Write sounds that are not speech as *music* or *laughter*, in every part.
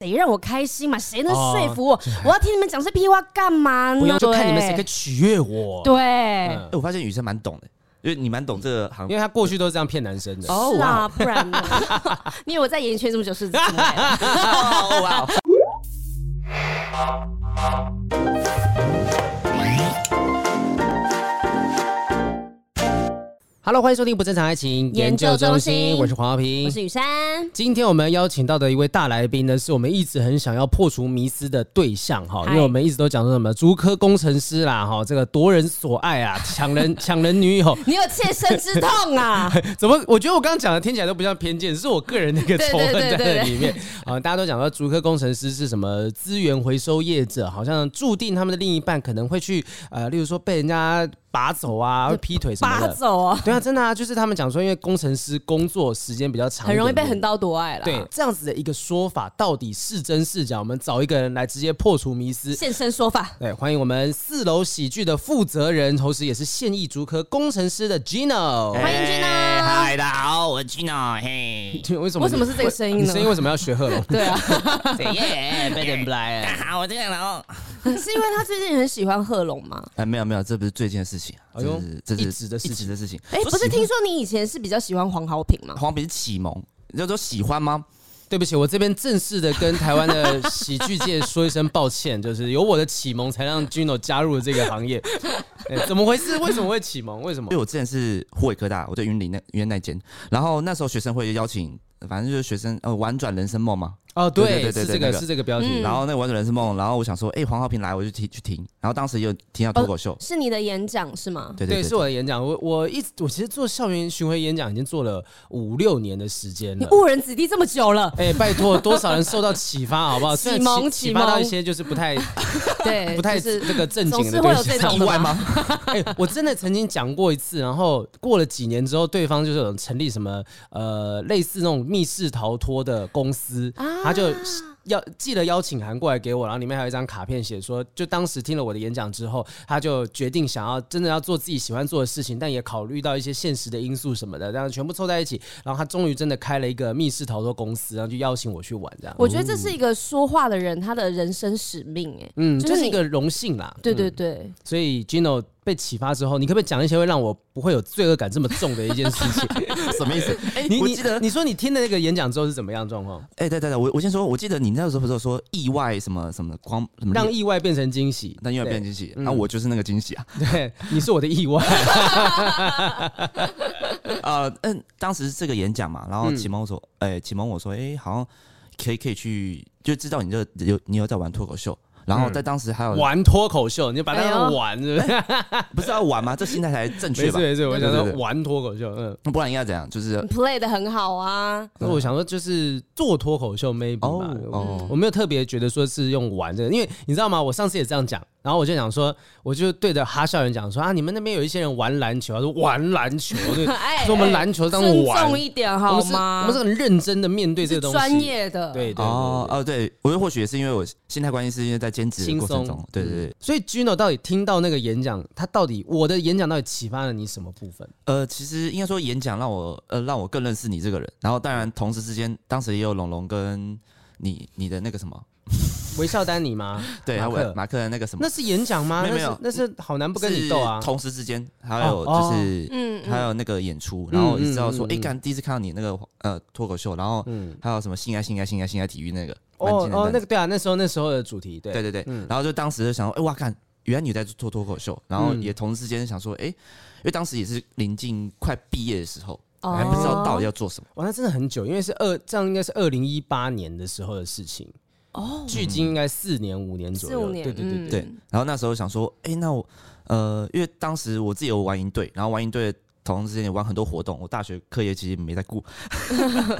得让我开心嘛，谁能说服我？我要听你们讲这屁话干嘛呢？哦不用就看你们谁可对以取悦我。对，嗯，哎，我发现女生蛮懂的，因为你蛮懂这个行 *laughs* 因为他过去都是这样骗男生的。哦是哇啊，不然 *laughs* 呢？你以为我在演艺圈这么久是怎么来的？哦 *laughs* 哇哦， Hello，欢迎收听不正常爱情研究中研究中心，心我是黄浩平，我是雨珊，今天我们邀请到的一位大来宾呢，是我们一直很想要破除迷思的对象哈，嗨因为我们一直都讲说什么竹科工程师啦哈，这个夺人所爱啊，抢人抢人女友，你有切身之痛 *laughs* 啊！怎么？我觉得我刚刚讲的听起来都不像偏见，是我个人的一个仇恨对对在对对这里 *laughs* 面啊、大家都讲到竹科工程师是什么资源回收业者，好像注定他们的另一半可能会去呃，例如说被人家拔走啊，会劈腿什么拔的。走啊，对啊，真的啊，就是他们讲说，因为工程师工作时间比较长一点很点，容易被横刀夺爱了。对，这样子的一个说法到底是真是假？我们找一个人来直接破除迷思。现身说 *laughs* 法，对，欢迎我们四楼喜剧的负责人，同时也是现役竹科工程师的 Gino。欢迎君哎啊！嗨，大家好，我是 Gino，嘿， *laughs* *laughs* 为什么你？为什么是这个声音你呢声？音为什么要学贺龙？ *laughs* 对 *laughs* 啊，对耶，被人来大家好，我这个人哦，是因为他最近很喜欢贺龙吗？哎，没有没有，这不是最近的事情啊，哎这呦是这是一直的事情一直的事情。哎，不是，听说你以前是比较喜欢黄豪平吗？黄比是启蒙，你就说喜欢吗？对不起，我这边正式的跟台湾的喜剧界说一声抱歉，就是有我的启蒙才让 Gino 加入了这个 *laughs* 行业。哎怎么回事？为什么会启蒙？为什么因为？我之前是护卫科大，我在云林那云林那间，然后那时候学生会邀请，反正就是学生呃婉转人生梦嘛，哦，对对，对对对是这那个，个是这个标题嗯。然后那个婉转人生梦，然后我想说，哎、黄浩平来，我就听去听，然后当时也有听到脱口秀，是你的演讲是吗？哦对对，对是我的演讲。我我一直我其实做校园巡回演讲已经做了五六年的时间你了。误人子弟这么久了，哎、拜托，多少人受到启发，好不好？虽然启蒙启启启发到蒙一些就是不太 *laughs* 对，不太就是这个正总经是的会有东西这。种的吧？哎、我真的曾经讲过一次，然后过了几年之后，对方就是有成立什么呃类似那种密室逃脱的公司，啊他就要寄了邀请函过来给我，然后里面还有一张卡片，写说就当时听了我的演讲之后，他就决定想要真的要做自己喜欢做的事情，但也考虑到一些现实的因素什么的，然后全部凑在一起，然后他终于真的开了一个密室逃脱公司，然后就邀请我去玩这样。我觉得这是一个说话的人他的人生使命，哎，嗯，就这是你一个荣幸啦。对嗯对对，所以 Gino 被启发之后，你可不可以讲一些会让我不会有罪恶感这么重的一件事情？ *laughs* 什么意思？哎、你我你记得，你说你听的那个演讲之后是怎么样状况？哎、对对对，我我先说，我记得你那时候不是有说意外什么什么光什么让意嗯外变成惊喜，但意外变惊喜，然后我就是 *laughs* 那个 *laughs* 惊喜啊！对对，你是我的意外，呃，嗯，当时是这个演讲嘛，嗯然后启蒙我说，哎、启蒙我说，哎、好像可以可以去，就知道你这有你有在玩脱口秀，然后在当时还有、嗯玩脱口 *laughs* 秀，你就把它当哎呦玩，是不是？不是要玩吗？这心态才正没确事吧？没事，我想说对对对玩脱口秀，嗯。不然应该怎样？就是你 play 的很好啊， *laughs* 那我想说，就是做脱口秀 maybe 哦吧，哦我没有特别觉得说是用玩这个，因为你知道吗？我上次也这样讲，然后我就想说，我就对着哈校园讲说啊，你们那边有一些人玩篮球，他说玩篮球， *laughs* 对，哎，说我们篮球当尊玩，重一点我好们是，吗？我们是很认真的面对这个是东西，专业的，对，对对哦对哦，对，我又或许也是因为我心态关系是因为在兼职的轻过程松中，，对对对嗯。所以 Gino 到底听到那个演讲，他到底我的演讲到底启发了你什么部分？呃，其实应该说演讲让我呃让我更认识你这个人，然后当然同时之间，当时也有龙龙跟你你的那个什么，微笑丹尼吗？对，还马有克，马克的那个什么那，是演讲吗？没那有没是有那是好男不跟你斗啊是！同时之间还有哦就是、嗯，还有那个演出，然后嗯也知道说，嗯嗯哎、嗯刚、第一次看到你那个呃脱口秀，然后嗯，还有什么性爱性爱性爱性爱体育那个，蛮哦近的哦，那个个对啊，那时候那时候的主题，对对对对，嗯然后就当时就想说，哎、哇看。原来你在做脱口秀，然后也同时间想说，哎、因为当时也是临近快毕业的时候，哦还不知道到底要做什么。哇，那真的很久，因为是二，这样应该是二零一八年的时候的事情，哦，距今应该四年五年左右，四五年对对对嗯对，对，然后那时候想说，哎、那我呃，因为当时我自己有玩营队，然后玩营队同时之间也玩很多活动，我大学课业其实没在顾，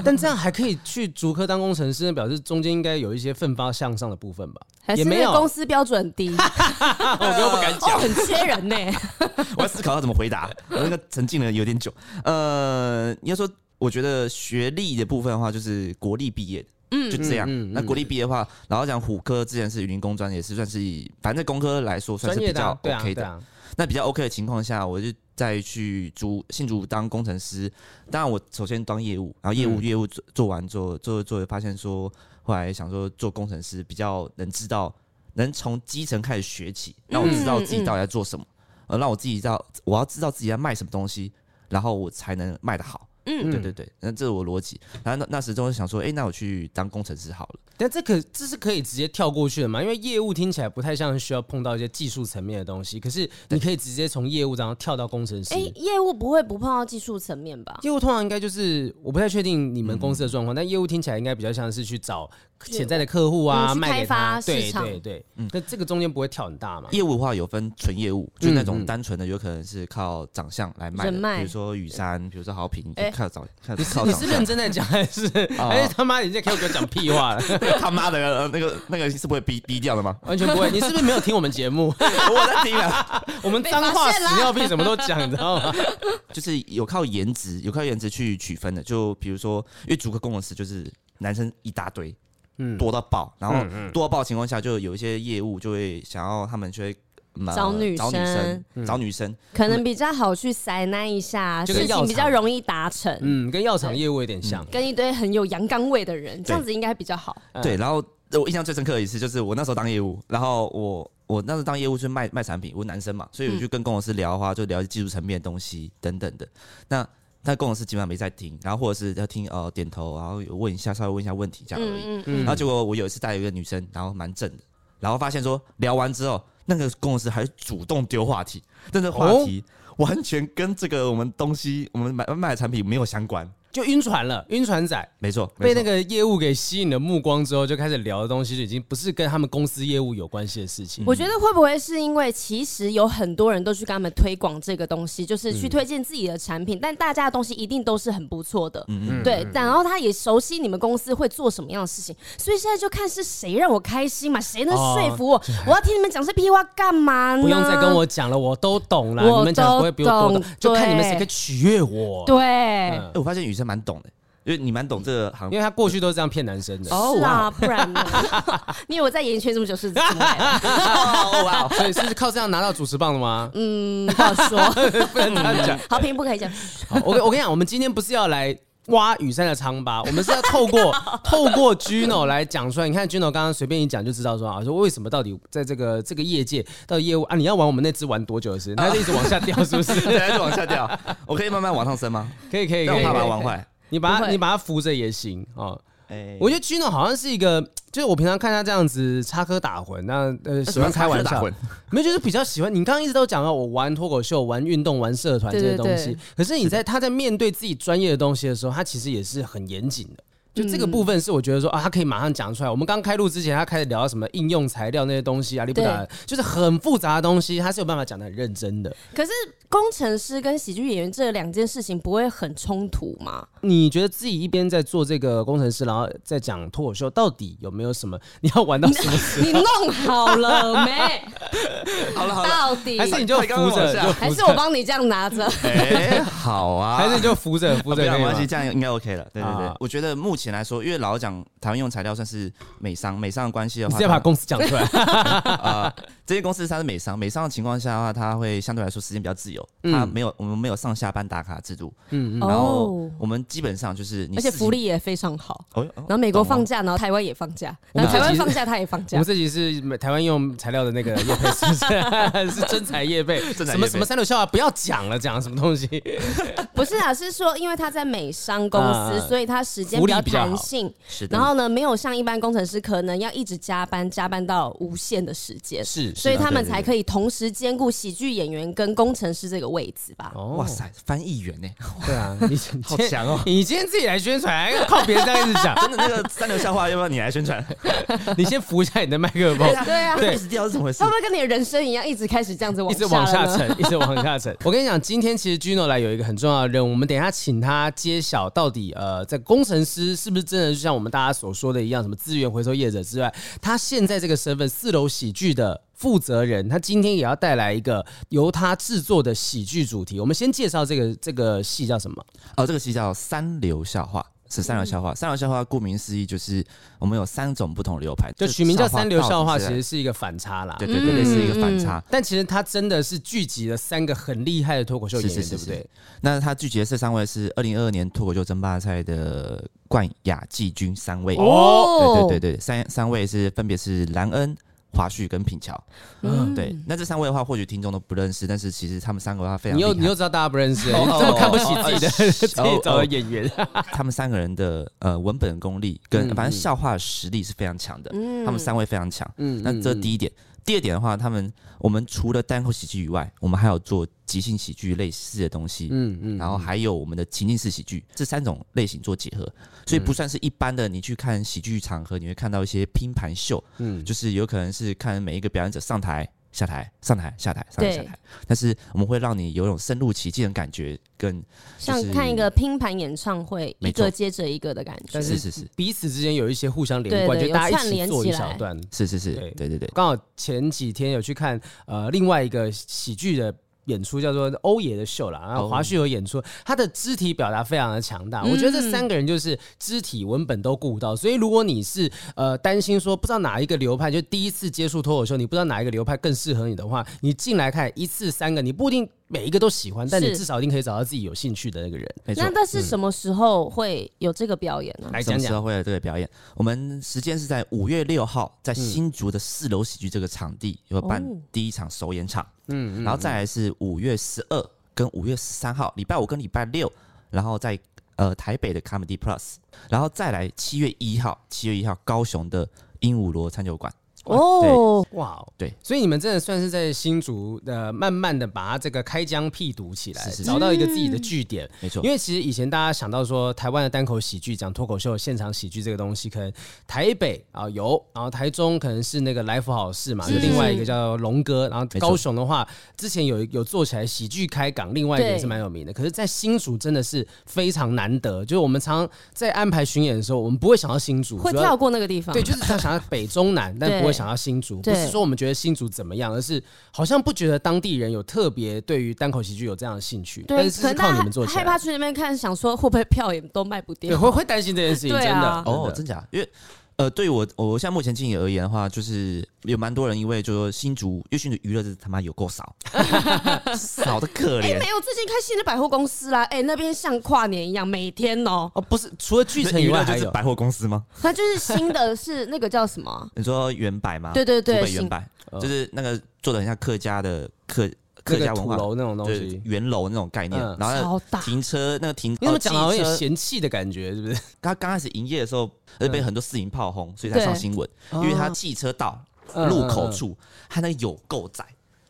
但这样还可以去竹科当工程师，那表示中间应该有一些奋发向上的部分吧？还是也没那有个公司标准 *laughs* 低，我又不敢哦，很缺人呢。 *laughs* 我要思考要怎么回答。 *laughs* 我那个沉浸了有点久。呃，你要说，我觉得学历的部分的话，就是国立毕业的，嗯，就这样。嗯嗯嗯那国立毕业的话，然后讲虎科之前是云林工专，也是算是反正工科来说算专是业比的较啊、对啊 OK 的。对啊，那比较 OK 的情况下，我就再去竹新竹当工程师。当然，我首先当业务，然后业务、业务做做完做做做，发现说，后来想说做工程师比较能知道，能从基层开始学起，让我知道自己到底在做什么，呃，让我自己知道我要知道自己在卖什么东西，然后我才能卖得好。嗯对对对，那这是我逻辑。然后那那时就想说，哎、那我去当工程师好了。但这可这是可以直接跳过去的嘛？因为业务听起来不太像需要碰到一些技术层面的东西，可是你可以直接从业务然后跳到工程师。哎，业务不会不碰到技术层面吧？业务通常应该就是我不太确定你们公司的状况，但业务听起来应该比较像是去找呃潜在的客户啊，嗯去卖给开发他，对市场对对。那这个中间不会跳很大嘛？嗯业务的话有分纯业务，就是那嗯种嗯单纯的，有可能是靠长相来卖的，人脉比如说雨山，比如说豪平，哎就靠长，看你是靠你长是认相。真在讲还是哦还是他妈你在给我讲屁话了？？*laughs* 那个他妈的呃那个那个是不会逼逼掉的吗完全不会，你是不是没有 *laughs* 听我们节 *laughs* 目？我在听啊，我们脏话、屎尿屁什么都讲，你知道 *laughs* 吗？就是有靠颜值，有靠颜值去取分的。就比如说，因为主科工程师就是男生一大堆，嗯多到爆，然后多到爆的情况下，就有一些业务就会想要他们就会。嗯呃找女找女生嗯生，找女生，可能比较好去塞那一下，就跟事药厂情比较容易达成，嗯，跟药厂业务有点像。跟一堆很有阳刚味的人，这样子应该比较好。嗯对，然后我印象最深刻的一次就是我那时候当业务，然后我我那时候当业务是卖卖产品，我男生嘛，所以我就跟工程师聊的话，就聊技术层面的东西等等的。那那工程师基本上没在听，然后或者是要听呃点头，然后有问一下稍微问一下问题这样而已。嗯嗯，嗯然后结果我有一次带一个女生，然后蛮正的，然后发现说聊完之后，那个工程师还主动丢话题，但是话题哦完全跟这个我们东西我们买卖的产品没有相关。就晕船了，晕船仔没错，没被错那个业务给吸引了目光之后，就开始聊的东西就已经不是跟他们公司业务有关系的事情。我觉得会不会是因为其实有很多人都去跟他们推广这个东西，就是嗯去推荐自己的产品，但大家的东西一定都是很不错的，嗯对。然后他也熟悉你们公司会做什么样的事情，所以现在就看是谁让我开心嘛，谁能说服我？ *laughs* 我要听你们讲这屁话干嘛呢？哦不用再跟我讲了，我都懂了。我你们讲不会比我多都懂懂，就看你们谁对可以取悦我。对。嗯哎、我发现女生蛮懂的，因为你蛮懂这个行因为他过去都是这样骗男生的，是啊，不然呢？ *laughs* 你以为我在演艺圈这么久是哎怎么来的？哦哇，所以是靠这样拿到主持棒的吗？嗯，不好 *laughs* 说，不能这样讲。好评不可以讲。好我跟我跟你讲，我们今天不是要来。挖雨山的疮疤，我们是要 *laughs* 透过透过 Gino 来讲出来。你看 Gino 刚刚随便一讲就知道说啊，说为什么到底在这个这个业界到底业务啊，你要玩我们那只玩多久的时间？它就一直往下掉，是不是？ *laughs* 对，还是往下掉。我可以慢慢往上升吗？可以可以但可我以，怕把可它以玩坏。你把不它会你把它扶着也行啊。哦哎我觉得 Gino 好像是一个，就是我平常看他这样子插科打诨，那呃喜欢开玩插科打笑诨，没有就是比较喜欢。你刚刚一直都讲到我玩脱口秀、玩运动、玩社团这对些对东西对，可是你在他在面对自己专业的东西的时候，他其实也是很严谨的。就这个部分是我觉得说啊，他可以马上讲出来。我们刚开录之前，他开始聊到什么应用材料那些东西啊，利不达，就是很复杂的东西，他是有办法讲的很认真的。可是工程师跟喜剧演员这两件事情不会很冲突吗？你觉得自己一边在做这个工程师，然后在讲脱口秀，到底有没有什么你要玩到什么时 *laughs* 候？你弄好 *laughs* 了没？好了好了，到底还是你就快点扶往着，下就扶着还是我帮你这样拿着？哎、好 *laughs* 啊，还是你就扶着扶不着要可以没吗关系，这样应该 OK 了。对对对，啊我觉得目前来说，因为老实讲台湾用材料算是美商，美商的关系的你直话，接把公司讲出来，啊、这些公司它是美商，美商的情况下的话，它会相对来说时间比较自由，它没有我们没有上下班打卡制度，嗯嗯嗯，然后我们基本上就是你哦而且事情福，利也非常好。哦哟哦然后美国放懂假，然后台湾也放假，我们然后台这湾集放假他也放 *laughs* 我假们。这集 *laughs* 是美台湾用材料的 *laughs* 那个叶配，是不是？ *laughs* 是真材叶配，真材什业配么什么三流笑话不要讲了，讲什么东西？不是啊，是说因为他在美商公啊司，所以他时间福比利较比较好弹性，是的。然后呢，没有像一般工程师可能要一直加班，加班到无限的时间，是，啊所以他们对对才可以同时兼顾喜剧演员跟工程师这个位置吧。哦哇，塞，翻译员呢、对啊，你你好今天强哦你今天自己来宣传，还要靠别人这样一直 *laughs* 讲，真的那个三流笑话，要不要你来宣传？你先扶一下你的麦克风。对啊，对不知道是怎么回事 *laughs* 会不。会跟你的人生一样，一直开始这样子往一直往下了呢？沉，一直往下沉。 *laughs* 我跟你讲，今天其实 Gino 来有一个很重要的任务，我们等一下请他揭晓到底呃，在工程师是不是真的就像我们大家所说的一样，什么资源回收业者之外，他现在这个身份四楼喜剧的。负责人，他今天也要带来一个由他制作的喜剧主题。我们先介绍这个这个戏叫什么？哦，这个戏叫三流笑话，是三流笑话。三流笑话顾名思义就是我们有三种不同的流派，就取名叫“三流笑话”，其到底实是是嗯一个反差啦。对对对对是一个反差。但其实他真的是聚集了三个很厉害的脱口秀演员，是是是对不对？那他聚集的这三位是二零二二年脱口秀争霸赛的冠亚季军三位。哦对对对对，三三位是分别是兰恩。华旭跟品乔，嗯对，那这三位的话，或许听众都不认识，但是其实他们三个的话非常你又厉你又害。知道大家不认识，你哦这么看不起自己的自哦己找的演员，他们三个人的呃文本功力跟嗯反正笑话的实力是非常强的，嗯他们三位非常强。嗯那这第一点。第二点的话，他们我们除了单口喜剧以外，我们还有做即兴喜剧类似的东西，嗯嗯然后还有我们的情境式喜剧，这三种类型做结合，所以嗯不算是一般的。你去看喜剧场合，你会看到一些拼盘秀，嗯就是有可能是看每一个表演者上台、下台、上台、下台、上台、对下台，但是我们会让你有一种深入其境的感觉，跟像看一个拼盘演唱会，一没错个接着一个的感觉但。是是是彼此之间有一些互相连贯，对对就大有家一串起联做起一来小段。是是是，对对对对，刚好前几天有去看呃另外一个喜剧的。演出叫做欧爷的秀啦，然后哦华旭有演出，他的肢体表达非常的强大。嗯我觉得这三个人就是肢体文本都顾到，所以如果你是呃担心说不知道哪一个流派，就第一次接触脱口秀，你不知道哪一个流派更适合你的话，你进来看一次三个，你不一定每一个都喜欢，但你是至少一定可以找到自己有兴趣的那个人。没错嗯啊那。但是什么时候会有这个表演呢？来什讲么时讲候会有这个表演？我们时间是在五月六号，在嗯新竹的四楼喜剧这个场地有办哦第一场首演场，嗯，然后再来是五月十二跟五月十三号，礼拜五跟礼拜六，然后在呃台北的 Comedy Plus，然后再来七月一号，七月一号高雄的鹦鹉螺餐酒馆，哦，哇、哦，对，所以你们真的算是在新竹呃，慢慢的把它这个开疆辟土起来，是是找到一个自己的据点。没错，因为其实以前大家想到说台湾的单口喜剧、讲脱口秀、现场喜剧这个东西，可能台北啊、有，然后台中可能是那个来福好事嘛，是就另外一个叫龙哥，然后没错高雄的话，之前有有做起来喜剧开港，另外一个对也是蛮有名的。可是，在新竹真的是非常难得，就是我们常在安排巡演的时候，我们不会想到新竹，会主要跳过那个地方。对，就是他想要北中 *laughs* 南，但对不会想要新竹。不对是说我们觉得新竹怎么样，而是好像不觉得当地人有特别对于单口喜剧有这样的兴趣，但对，是可是能靠大你家们做起害怕来。去那边看，想说会不会票也都卖不对，掉。会会担心这件事情，真对的啊哦，真真的假？因为呃，对我我现在目前经营而言的话，就是有蛮多人因为就说新竹，因为新竹娱乐是他妈有 *laughs* 够少，少的可哎，怜没。有，最近开新的百货公司啦，哎，那边像跨年一样，每天哦，哦，不是除了巨城以娱乐外就还是有百货公司吗？它就是新的，是那个叫什么啊？ *laughs* 你说原百吗？对对对湖北原新百嗯就是那个做的很像客家的客那客个家文土化，楼那种东对西。圆楼那种概念嗯。然后超大停车那个停，你怎么讲好哦像汽有车点嫌弃的感觉，是不是？他刚开始营业的时候，而且嗯被很多市民炮轰，所以才对上新闻，因为他汽车道哦嗯入口嗯处，他那个有够窄，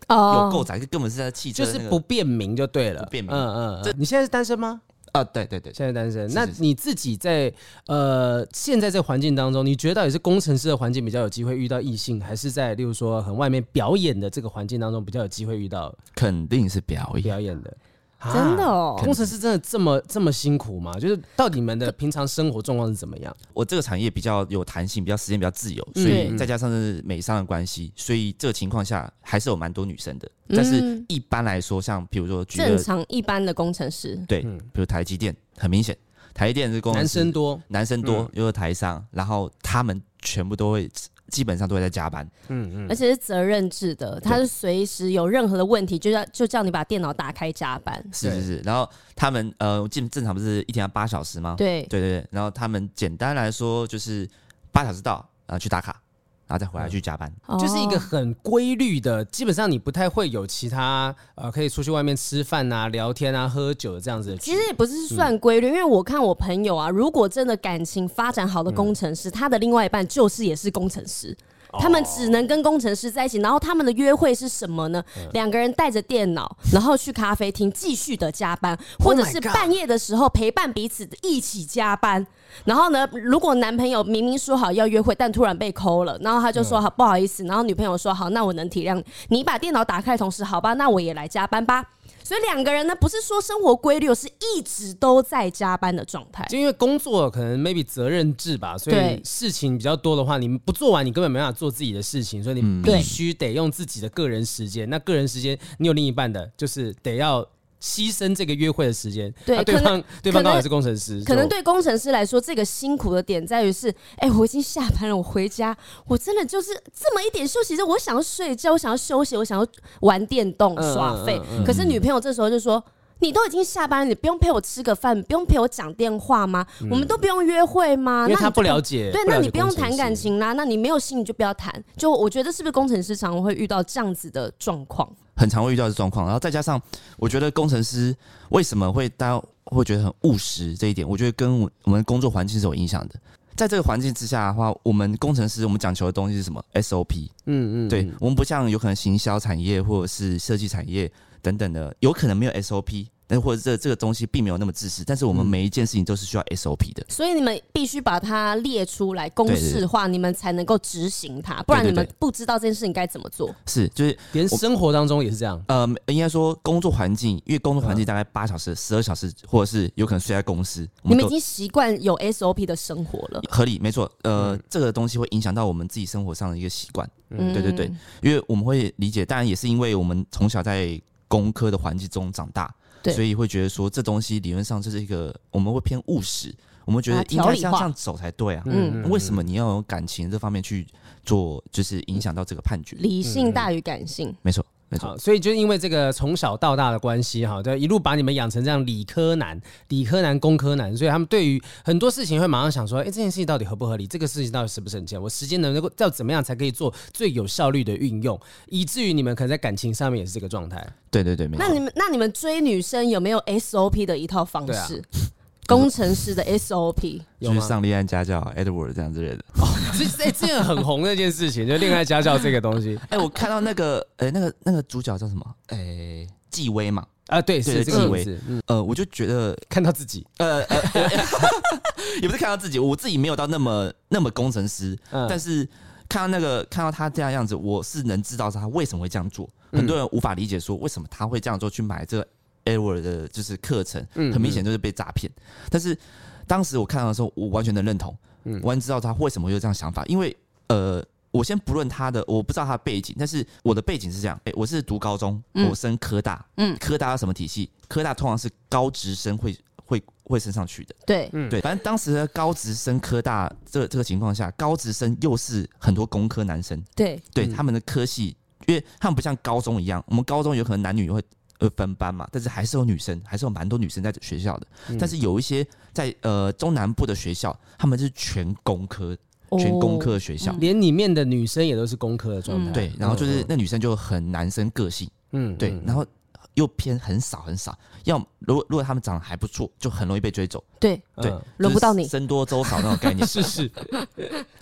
哦有够窄，根本是在汽车就那个是不便民就对了。不便民嗯嗯嗯。你现在是单身吗？啊，对对对，现在单身。是那是是你自己在呃现在这个环境当中，你觉得到底是工程师的环境比较有机会遇到异性，还是在例如说很外面表演的这个环境当中比较有机会遇到肯定是表演。表演的？啊真的哦工程师真的这么这么辛苦吗？就是到底你们的平常生活状况是怎么样？我这个产业比较有弹性，比较时间比较自由，所嗯以嗯再加上是美商的关系，所以这个情况下还是有蛮多女生的。嗯但是一般来说，像比如说举正个常一般的工程师，对，比如台积电，很明显，台积电是公司嗯男生嗯多，男生多，又是台商，然后他们全部都会基本上都会在加班，而且是责任制的，他是随时有任何的问题，就叫就叫你把电脑打开加班。是对是是。然后他们呃，基本正常不是一天要八小时吗？对，对对对，然后他们简单来说就是八小时到，然后去打卡，然后再嗯回来去加班。哦就是一个很规律的，基本上你不太会有其他呃可以出去外面吃饭啊、聊天啊、喝酒这样子的局。其实也不是嗯算规律，因为我看我朋友啊，如果真的感情发展好的嗯工程师，他的另外一半就是也是工程师。哦他们只能跟工程师在一起，然后他们的约会是什么呢？嗯两个人带着电脑，然后去咖啡厅继续的加班，或者是半夜的时候陪伴彼此一起加班。然后呢，如果男朋友明明说好要约会，但突然被抠了，然后他就说好不好意思，然后女朋友说好，那我能体谅你，你把电脑打开，同时好吧，那我也来加班吧。所以两个人呢，不是说生活规律，是一直都在加班的状态。就因为工作可能 maybe 责任制吧，所以对事情比较多的话，你不做完，你根本没办法做自己的事情，所以你必对须得用自己的个人时间。那个人时间，你有另一半的，就是得要牺牲这个约会的时间。对啊对可方对可能方刚好也是工程师，可能就对工程师来说，这个辛苦的点在于是，哎、我已经下班了，我回家，我真的就是这么一点休息，就我想要睡觉，我想要休息，我想要玩电动嗯耍废。嗯嗯嗯可是女朋友这时候就说。你都已经下班了，你不用陪我吃个饭，不用陪我讲电话吗？我们都不用约会吗？嗯因为啊那他你不就了解，对，了那解你不用工程谈师感。情啦，那你没有心你就不要谈。就我觉得是不是工程师常常会遇到这样子的状况？很常会遇到这状况。然后再加上，我觉得工程师为什么会大家会觉得很务实这一点，我觉得跟我我们工作环境是有影响的。在这个环境之下的话，我们工程师我们讲求的东西是什么？SOP。嗯嗯，对嗯我们不像有可能行销产业或者是设计产业等等的，有可能没有 SOP，但或者这这个东西并没有那么自私，但是我们嗯每一件事情都是需要 SOP 的。所以你们必须把它列出来，公式化，你们才能够执行它，不然你们不知道这件事情该怎么做。是，就是连生活当中也是这样。呃，应该说工作环境，因为工作环境大概八小时、十二小时，或者是有可能睡在公司，我你们们已都经习惯有 SOP 的生活了。合理，没错。呃，这个东西会影响到我们自己生活上的一个习惯，嗯，对对对，因为我们会理解，当然也是因为我们从小在工科的环境中长大，对所以会觉得说这东西理论上就是一个我们会偏务实，我们觉得啊应该这条样理化这样走才对啊。嗯为什么你要用感情这方面去做，就是影响到这个判决？理性大于感性。没错，没错。好，所以就因为这个从小到大的关系，哈，就一路把你们养成这样理科男、理科男、工科男，所以他们对于很多事情会马上想说，哎、这件事情到底合不合理？这个事情到底省不省钱？我时间能够要怎么样才可以做最有效率的运用？以至于你们可能在感情上面也是这个状态。对对对，嗯没错那。你们那你们追女生有没有 SOP 的一套方对啊式？工程师的 SOP，有就吗是上立案家教 Edward 这样之类的。这这这个很红的一件事情，就恋爱家教这个东西哎、我看到那个，哎、那个那个主角叫什么？ *laughs* 哎、纪薇嘛。啊，对，对是这个对纪意思。嗯，呃，我就觉得看到自己，呃，呃呃 *laughs* 也不是看到自己，我自己没有到那么那么工程师，嗯但是看到那个看到他这样样子，我是能知道他为什么会这样做。嗯很多人无法理解说为什么他会这样做，去买这个 Edward 的就是课程，嗯很明显就是被诈骗。但是当时我看到的时候，我完全能认同，嗯完全知道他为什么会有这样想法，因为呃。我先不论他的，我不知道他的背景，但是我的背景是这样：哎我是读高中，嗯我升科大，嗯科大是什么体系？科大通常是高职生会会会升上去的，对，嗯对，反正当时的高职生科大这这个情况下，高职生又是很多工科男生，对，对、嗯他们的科系，因为他们不像高中一样，我们高中有可能男女会呃分班嘛，但是还是有女生，还是有蛮多女生在学校的，但是有一些在呃中南部的学校，他们是全工科，全工科哦。的学校。连里面的女生也都是工科的状态。嗯对，然后就是那女生就很男生个性，嗯，嗯对，然后又偏很少很少，要如果如果他们长得还不错，就很容易被追走，对，对嗯轮就不是到你僧多粥少那种 *laughs* 概念。是是，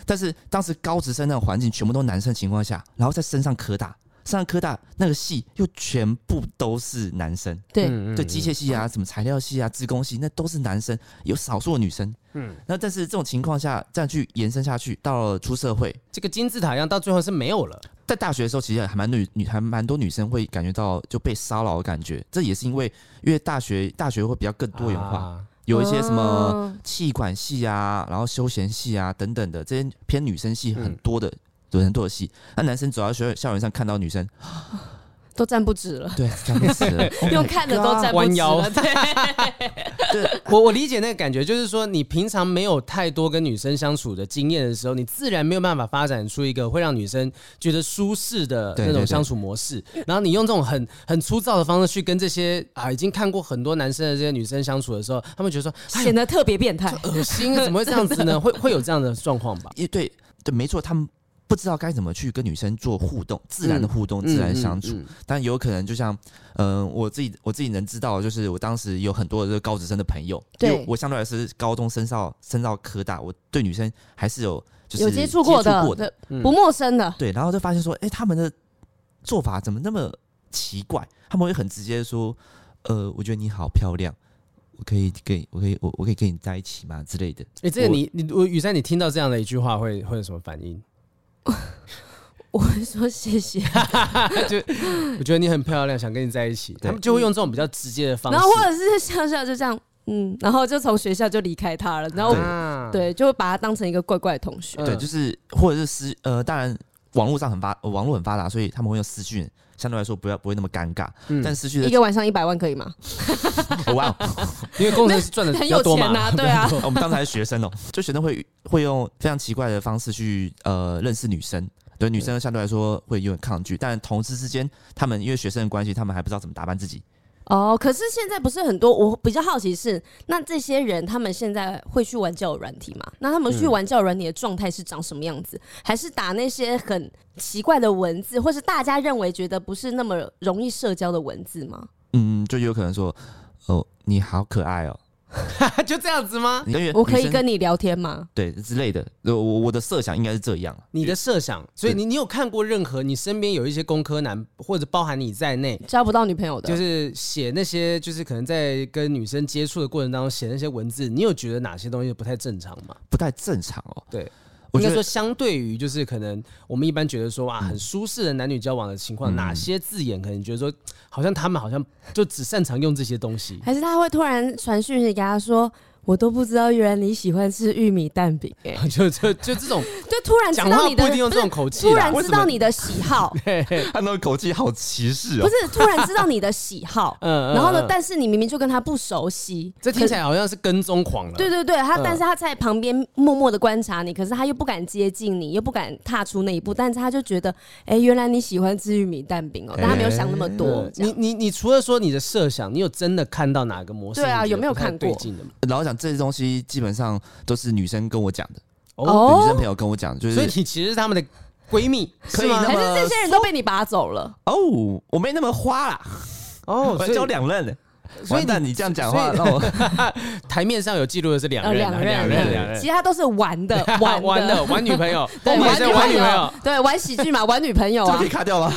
但是当时高职生那种环境全部都男生的情况下，然后再升上科大，升上科大那个系又全部都是男生，对，嗯嗯对机械系啊、什么材料系啊、资工系那都是男生，有少数的女生。嗯，那但是这种情况下这样去延伸下去，到了出社会，这个金字塔一样，到最后是没有了。在大学的时候，其实还蛮女女还蛮多女生会感觉到就被骚扰的感觉，这也是因为因为大学大学会比较更多元化，啊有一些什么。嗯气管系啊，然后休闲系啊等等的这些偏女生系很多的，嗯有很多的系。那男生走到学校园上看到女生，都站不直了，对，这样子 *laughs* ，Oh my 用看的都 God 站不弯直腰了，对，哎对我我理解那个感觉，就是说你平常没有太多跟女生相处的经验的时候，你自然没有办法发展出一个会让女生觉得舒适的对那种对对相处模式。然后你用这种很很粗糙的方式去跟这些啊已经看过很多男生的这些女生相处的时候，他们觉得说哎呦显得特别变态。 *laughs* 恶心，怎么会这样子呢？会会有这样的状况吧？也对对，没错，他们不知道该怎么去跟女生做互动，自然的互动，自然相处。嗯嗯嗯嗯但有可能就像，嗯、我自己我自己能知道的，就是我当时有很多的这个高职生的朋友，对因为我相对来说是高中升到升到科大，我对女生还是有就是有接触过接的，对嗯不陌生的。对，然后就发现说，哎、他们的做法怎么那么奇怪？他们会很直接说，呃，我觉得你好漂亮，我可以跟我可以我我可以跟你在一起吗之类的。哎、这个你你我雨珊，你听到这样的一句话会会有什么反应？ *laughs* 我会说谢谢， *laughs* 我觉得你很漂亮，想跟你在一起，他们就会用这种比较直接的方式。然后或者是笑笑就这样，嗯，然后就从学校就离开他了，然后啊，对，呃就会把他当成一个怪怪的同学。嗯对，就是或者是私呃，当然网络上很发、呃网络很发达，所以他们会用私讯，相对来说不要不会那么尴尬。嗯但私讯一的个晚上一百万可以吗？哦哇哦，因为工程师赚的很比有较多钱嘛，啊，对啊， *laughs* 我们当时还是学生哦，就学生会会用非常奇怪的方式去呃认识女生。对女生相对来说会有点抗拒，但同事之间，他们因为学生的关系，他们还不知道怎么打扮自己。哦，可是现在不是很多，我比较好奇是，那这些人他们现在会去玩交友软体吗？那他们去玩交友软体的状态是长什么样子？还是打那些很奇怪的文字，或是大家认为觉得不是那么容易社交的文字吗？嗯，就有可能说，哦，你好可爱哦，啊 *laughs* 就这样子吗？因为我可以女生跟你聊天吗？对之类的，我我我的设想应该是这样啊。你的设想，所以你你有看过任何你身边有一些工科男，或者包含你在内，交不到女朋友的，就是写那些就是可能在跟女生接触的过程当中写那些文字，你有觉得哪些东西不太正常吗？不太正常哦。 *laughs* 对，我应觉该得嗯说相对于就是可能我们一般觉得说哇很舒适的男女交往的情况，哪些字眼可能觉得说好像他们好像就只擅长用这些东西。 *laughs* 还是他会突然传讯息给他说，我都不知道原来你喜欢吃玉米蛋饼、欸， *laughs* 就就就这种就突然知讲道话你不的一定用不这是种口气啦，突然为知什么道你的喜 *laughs* 好，他那个口气好歧视哦不。是突然知道你的喜好， *laughs* 嗯嗯然后嗯呢，但是你明明就跟他不熟悉，这听起来好像是跟踪狂了。对对对，他嗯但是他在旁边默默的观察你，可是他又不敢接近你，又不敢踏出那一步，但是他就觉得，哎、原来你喜欢吃玉米蛋饼哦、但他没有想那么多哎嗯，这你样你你除了说你的设想，你有真的看到哪个模式？对啊你有觉得没有不太看过对劲的吗？老实讲，这些东西基本上都是女生跟我讲的，哦，女生朋友跟我讲的，就所以是你其实是他们的闺蜜，可以是吗那还么是这些人都被你拔走了，哦，我没那么花啦，哦，我所还交以两任呢。所以完蛋，你这样讲话所以让我台面上有记录的是两呃，人两啊，人，人，对两其人。他都是玩 *laughs* 的，呃玩玩的的，玩女朋友， *laughs* 对，后面是玩玩女朋友，，对，玩喜剧嘛，玩女朋友这个啊可以。卡掉吗？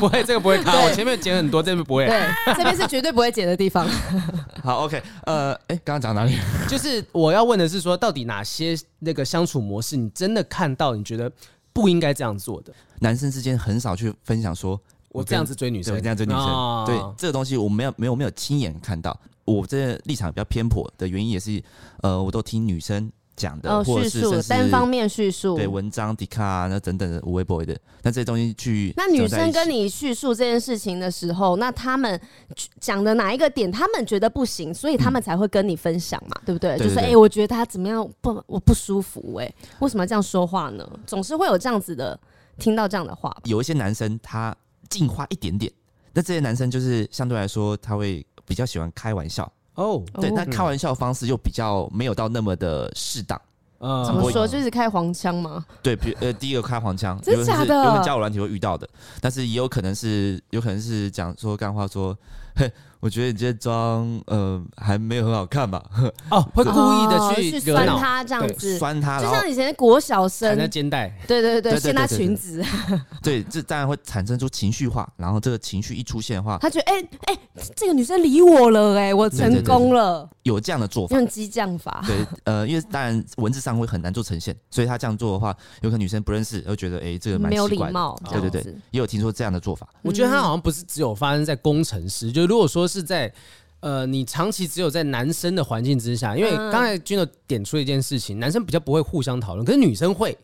不会，这个不会卡， *laughs* 对我前面剪很多，这边不会。对，这边是绝对不会剪的地 *laughs* 方。 *laughs* 好，OK，呃，哎，刚刚讲哪里？ *laughs* 就是我要问的是说，到底哪些那个相处模式，你真的看到，你觉得不应该这样做的？男生之间很少去分享说，我跟这样子追女对，生，这样追女哦生，对这个东西我没有没有没有亲眼看到。我这个立场比较偏颇的原因也是，呃，我都听女生讲的，哦或者是甚至面叙述对文章、迪卡啊，那等等的无微 boy 的，那这些东西去那女生跟你你叙述这件事情的时候，那他们讲的哪一个点，他们觉得不行，所以他们才会跟你分享嘛，对不对？嗯就对是对哎、对诶我觉得他怎么样不，我不舒服哎、为什么要这样说话呢？总是会有这样子的，听到这样的话吧。有一些男生他进化一点点，那这些男生就是相对来说他会比较喜欢开玩笑，哦，对，哦那开玩笑的方式又比较没有到那么的适当。呃啊怎么说？就是开黄腔吗？对，比呃，第一个开黄腔，真有可能是假的有可能交友软体会遇到的，但是也有可能是有可能是讲说干话说， *laughs* 嘿，我觉得你这妆呃还没有很好看吧， *laughs* 哦，会故意哦的去惹酸恼，他这样对子，酸他，就然后像以前国小缠生在，肩带。对对对对对，掀他对对裙子，对，这当然会产生出情绪化，然后这个情绪一出现的话，他觉得哎哎、这个女生理我了哎、我对成对对功了，有这样的做法，用激将法。对，呃，因为当然文字上会很难做呈现，所以他这样做的话，有可能女生不认识，会觉得哎、诶这个蛮没有奇礼怪的。哦貌，对对对，也有听说这样的做法，我嗯觉得它好像不是只有发生在工程师，就如果说是在。呃，你长期只有在男生的环境之下，因为嗯刚才君有点出了一件事情，男生比较不会互相讨论，可是女生会，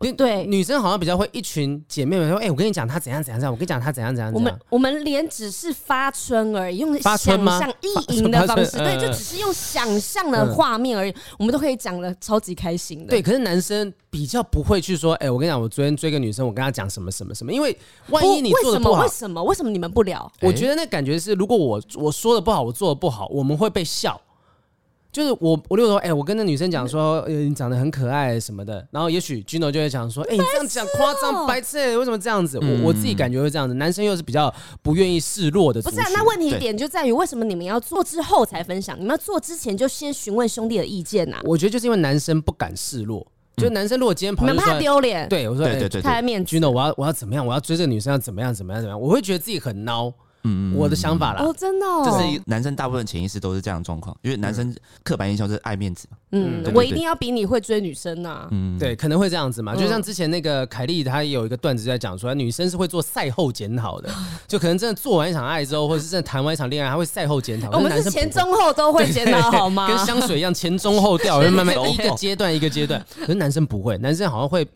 对对，女生好像比较会一群姐妹们说，哎、我跟你讲他怎样怎样怎样，我跟你讲他怎样怎样我怎们样。我们连只是发春而已，用发想春吗象意淫的方式，发发春对，嗯就只是用想象的画面而已，我们都可以讲的超级开心的。对，，可是男生比较不会去说，哎、我跟你讲，我昨天追个女生，我跟她讲什么什么什么，因为万一你为做的什不么？好为，什么？为什么你们不聊？哎我觉得那感觉是，如果我我说的不好，我做的不好，我们会被笑。就是我，我例如说，哎、我跟那女生讲说，呃，你长得很可爱什么的，然后也许 Gino 就会讲说，哎、你这样讲夸张，白痴、欸，为什么这样子？我我自己感觉会这样子，男生又是比较不愿意示弱的族不是啊，群，那问题点就在于为什么你们要做之后才分享？你们要做之前就先询问兄弟的意见呐、啊？我觉得就是因为男生不敢示弱，就男生如果今天跑嗯你去们说，怕丢脸，，对我说，对哎对对对太面子 Gino，我要我要怎么样？我要追这个女生要怎么样？怎么样？怎么样？我会觉得自己很孬。嗯，我的想法啦。哦，真的、哦，就是男生大部分潜意识都是这样的状况，因为男生刻板印象就是爱面子嘛。嗯，对我对一定要比你会追女生啊呐、嗯，对，可能会这样子嘛，就像之前那个凯莉，她也有一个段子在讲说，啊女生是会做赛后检 *laughs* 讨的，就可能真的做完一场爱之后，或者是真的谈完一场恋爱，她会赛后检讨。哦我们可男是生不前会中后都会检 *laughs* 讨好吗？跟香水一样，前中 *laughs* 后调，就慢慢前中一个后阶段一个阶段。可是男生不会，男生好像会，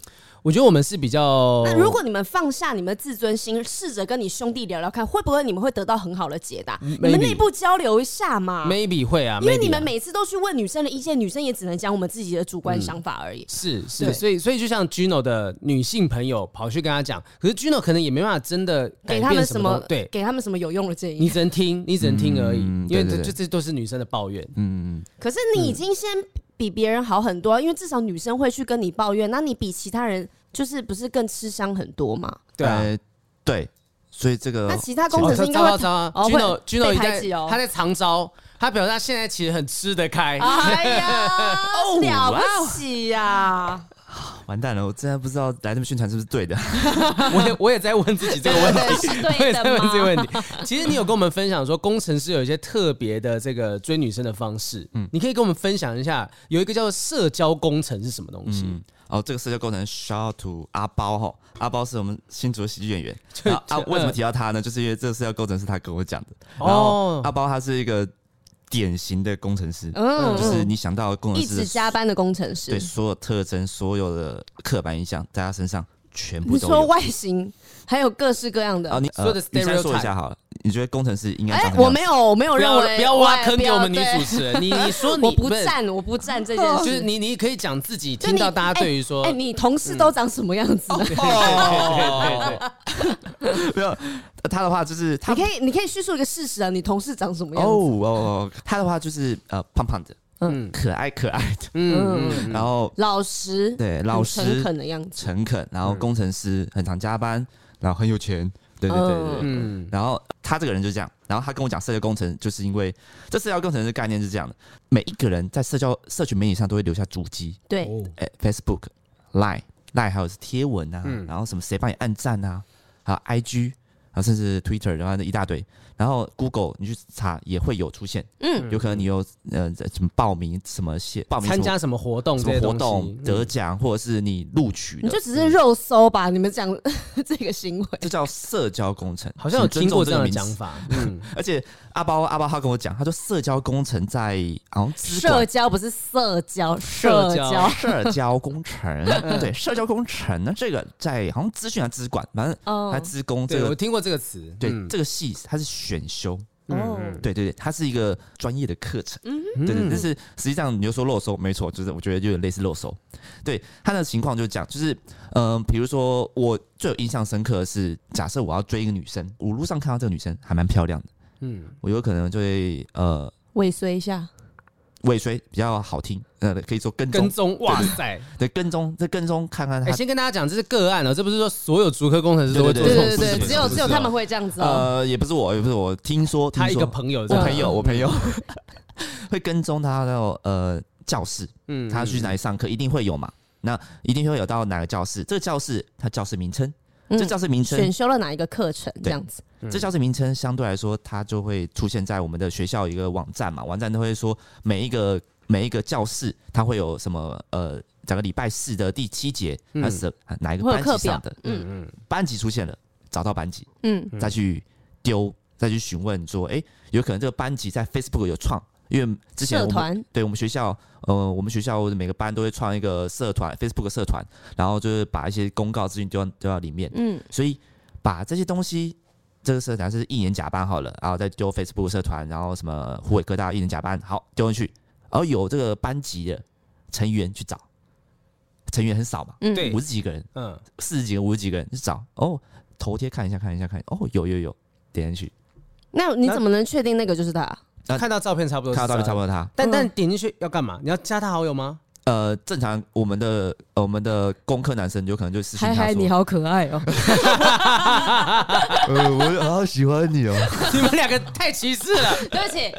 我觉得我们是比较那，如果你们放下你们的自尊心，试着跟你兄弟聊聊看，会不会你们会得到很好的解答？你们嗯 maybe 内部交流一下嘛。 maybe 会啊，因为 maybe 你啊们每次都去问女生的意见，女生也只能讲我们自己的主观想法而已。是是，对所以所以就像 Gino 的女性朋友跑去跟他讲，可是 Gino 可能也没办法真的改给他们变什么么东？对。给他们什么有用的建你议？只能听，你只能听而已，嗯因为对对这这对这都是女生的抱怨。嗯，可是你已经先比别人好很多，因为至少女生会去跟你抱怨，那你比其他人就是不是更吃香很多嘛？对啊，呃对，所以这个那其他工程哦师糟应该糕会糟啊哦会！Gino 被 Gino 排在挤哦他在长招，他表示他现在其实很吃得 *laughs* 开。哎呀，哦了不起呀、完蛋了，我真的不知道来这么宣传是不是对的。我也我也在问自己这个问题，对是我 *laughs* 对也在的问这个吗？问题。其实你有跟我们分享说，工程师有一些特别的这个追女生的方式，嗯，你可以跟我们分享一下，有一个叫做社交工程是什么东西？嗯， *laughs* 哦，这个社交工程 shout out to 阿包哈，阿包是我们新竹的喜剧 *laughs* 演员。然后啊，就为嗯什么提到他呢？就是因为这个社交工程是他跟我讲的。然哦后阿包他是一个典型的工程师，嗯就是你想到的工程一师直的加班的工程师对，所有特征、所有的刻板印象，在他身上全部你都说有。外形还有各式各样的啊，。你所有的呃你先说 stereotype 一下好了，你觉得工程师应该哎、长什么我样子没有，我没有不认要为不要挖坑给我们女不要主持人，你你说你我不是哦赞，我不赞这件事。就是你你可以讲自己就你听到大家对于说嗯哎、哎你同事都长什么样子？哦，没有呃他的话就是他你可以，你可以叙述一个事实啊，你同事长什么样哦子？哦，哦 *laughs* 他的话就是呃胖胖的，嗯嗯，可爱可爱的，嗯嗯然后老实，对很老诚实恳的样子。诚恳，然后工程师很常加班，然后很有钱，对对对对对。嗯然后他这个人就这样，然后他跟我讲社交工程，就是因为这社交工程的概念是这样的：每一个人在社交社群媒体上都会留下足迹，对，哦哎，Facebook、Line、Line 还有是贴文啊，嗯然后什么谁帮你按赞啊，还有 IG，然后甚至 Twitter，然后那一大堆，然后 Google 你去查也会有出现，嗯，有可能你有呃什么报名什么写报名什参么加什么活动什这么些东活西动嗯得奖，或者是你录取你的就，只是肉搜吧，你们讲 *laughs* 这个行为。这叫社交工程，好像有请尊听过这重这样个的名讲词。法，嗯，而且阿包阿包他跟我讲，他说社交工程在好像资社管交不是社交，社社交交社交工 *laughs* 程，嗯对社交工程呢，这个在好像资讯还啊资管，反正哦还资工这对我个听过这个词，对嗯这个系它是选修，哦，对对对，它是一个专业的课程，对对，嗯但是实际上你就说漏收，没错，就是我觉得有点类似漏收。对他的情况就是讲，就是嗯、呃比如说我最有印象深刻的是，假设我要追一个女生，我路上看到这个女生还蛮漂亮的，嗯我有可能就会呃尾随一下。尾随比较好听，呃，可以说跟跟踪，踪，哇塞！对跟踪，这跟踪看看哎，她先跟大家讲，这是个案哦，这不是说所有足科工程师都会做对这种对事对情，对，只有不是只哦有他们会这样子哦。呃，也不是我，也不是我，听说他一听个说朋友这嗯我样，朋友，我朋友 *laughs* 会跟踪他到呃教室，嗯他去哪里上课，一定会有嘛。那一定会有到哪个教室？这个教室它教室名称，嗯这教室名选称，修了哪一个课程这样子？这教室名称相对来说，它就会出现在我们的学校一个网站嘛，网站都会说每一个每一个教室它会有什么呃，整个礼拜四的第七节，嗯它是哪一个会有班课级表上的，嗯嗯班级出现了，找到班级嗯，再去丢，再去询问说，哎，有可能这个班级在 Facebook 有创，因为之前社我们团对我们学校，呃，我们学校每个班都会创一个社团，Facebook 社团，然后就是把一些公告资讯丢到丢到里面，嗯所以把这些东西，这个社团是一年甲班好了，然后再丢 Facebook 社团，然后什么湖北科大一年甲班，好丢进去，然后有这个班级的成员去找，成员很少嘛，嗯，对五十几个人，嗯，四十几个、五十几个人去找，哦，头贴看一下看一下看一下，哦，有有有，点进去，那你怎么能确定那个就是他？啊看到照片差不多，看到照片差不多。多他。但但点进去要干嘛？你要加他好友吗？呃，正常我们的、呃我们的工科男生就可能就私信嗨他嗨，说，你好可爱 *laughs* 哦！呃，我好喜欢你哦。 *laughs* 你们两个太歧视了。对不起，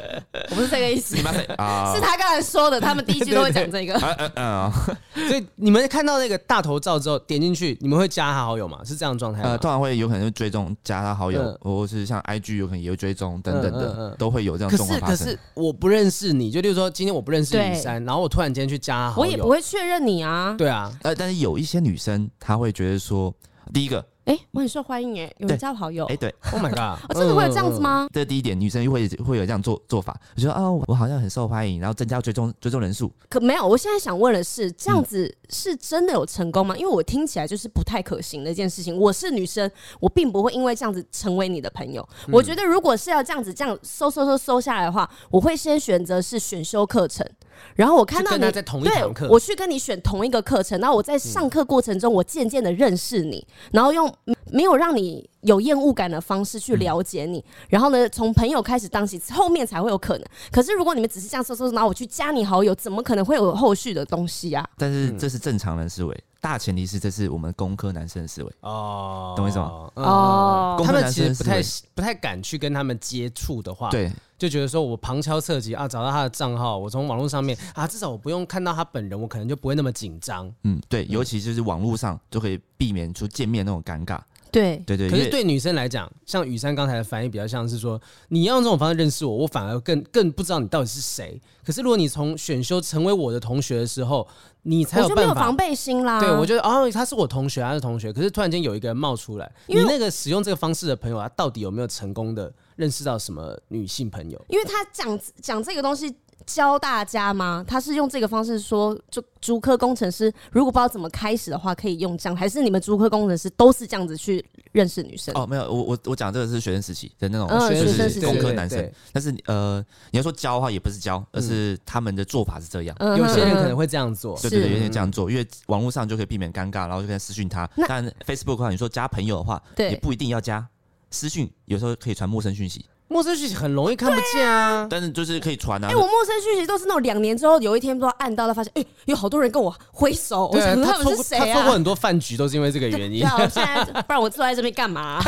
我不是这个意 *laughs* 思，是 *laughs* 啊，他刚才说的，他们第一句都会讲这个。嗯嗯啊， *laughs* 所以你们看到那个大头照之后，点进去，你们会加他好友吗？是这样的状态吗？呃，通常会有可能会追踪加他好友，嗯或者是像 IG 有可能也会追踪等等的，嗯嗯嗯都会有这样可的状是况可发生是。我不认识你，就例如说今天我不认识对雨珊，然后我突然间去加他好友，我也不会确认你啊。对 *laughs* 啊，呃，但是有一些女生她会觉得说，第一个，哎，我很受欢迎哎，有人加我好友哎、。对， Oh my god！哦，真的会有这样子吗？这第一点，女生会会有这样做做法，就说啊，我好像很受欢迎，然后增加追踪追踪人数，可没有，我现在想问的是，这嗯样子是真的有成功吗？因为我听起来就是不太可行的一件事情。我是女生，我并不会因为这样子成为你的朋友。嗯我觉得如果是要这样子这样搜搜搜搜下来的话，我会先选择是选修课程，然后我看到嗯就跟你他在同一堂课嗯对我去跟你选同一个课程，然后我在上课过程中，我渐渐的认识你，然后用没有让你有厌恶感的方式去了解你，然后呢，从朋友开始当起，后面才会有可能。可是如果你们只是这样搜搜，然后我去加你好友，怎么可能会有后续的东西啊？但嗯是这是正常人思维，大前提是这是我们工科男生的思维。哦，懂我意思吗？哦公他开们男其生实不的思太维不太敢去跟他们接触的话，，对，就觉得说我旁敲侧击啊，找到他的账号，我从网络上面啊，至少我不用看到他本人，我可能就不会那么紧张。嗯，对，尤其就是网络上就可以避免出见面那种尴尬。对，对对，可因是为对女生来讲，像雨珊刚才的反应比较像是说，你要用这种方式认识我，我反而更更不知道你到底是谁。可是如果你从选修成为我的同学的时候，你才我有就没办有法防。备心啦。对，我觉得哦，他是我同学，他是同学。可是突然间有一个人冒出来，你因为那个使用这个方式的朋友，他到底有没有成功的认识到什么女性朋友？因为他讲讲这个东西教大家嘛，他是用这个方式说，就竹科工程师如果不知道怎么开始的话，可以用这样，还是你们竹科工程师都是这样子去认识女生？哦，没有，我我我讲这个是学生时期的那种，嗯就学生是时期工科对男生对。但是呃，你要说教的话，也不是嗯教，而是他们的做法是这样。嗯有些人哼可能会这样做。是对对对，有点这样做，因为网络上就可以避免尴尬，然后就可以私讯他。那但 Facebook 的话，你说加朋友的话，对也不一定要加。私讯有时候可以传陌生讯息，陌生讯息很容易看不见啊。但是就是可以传啊哎、。我陌生讯息都是那种两年之后有一天不知道按到了，发现哎、有好多人跟我挥手，我对想说啊他他错们过是他谁错过啊？很多饭局都是因为这个原对因。啊，我现在不然我坐在这边干 *laughs* 嘛、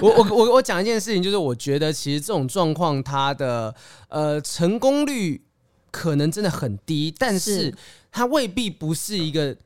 我我我我讲一件事情，就是我觉得其实这种状况，它的呃成功率可能真的很低，但是是它未必不是一个。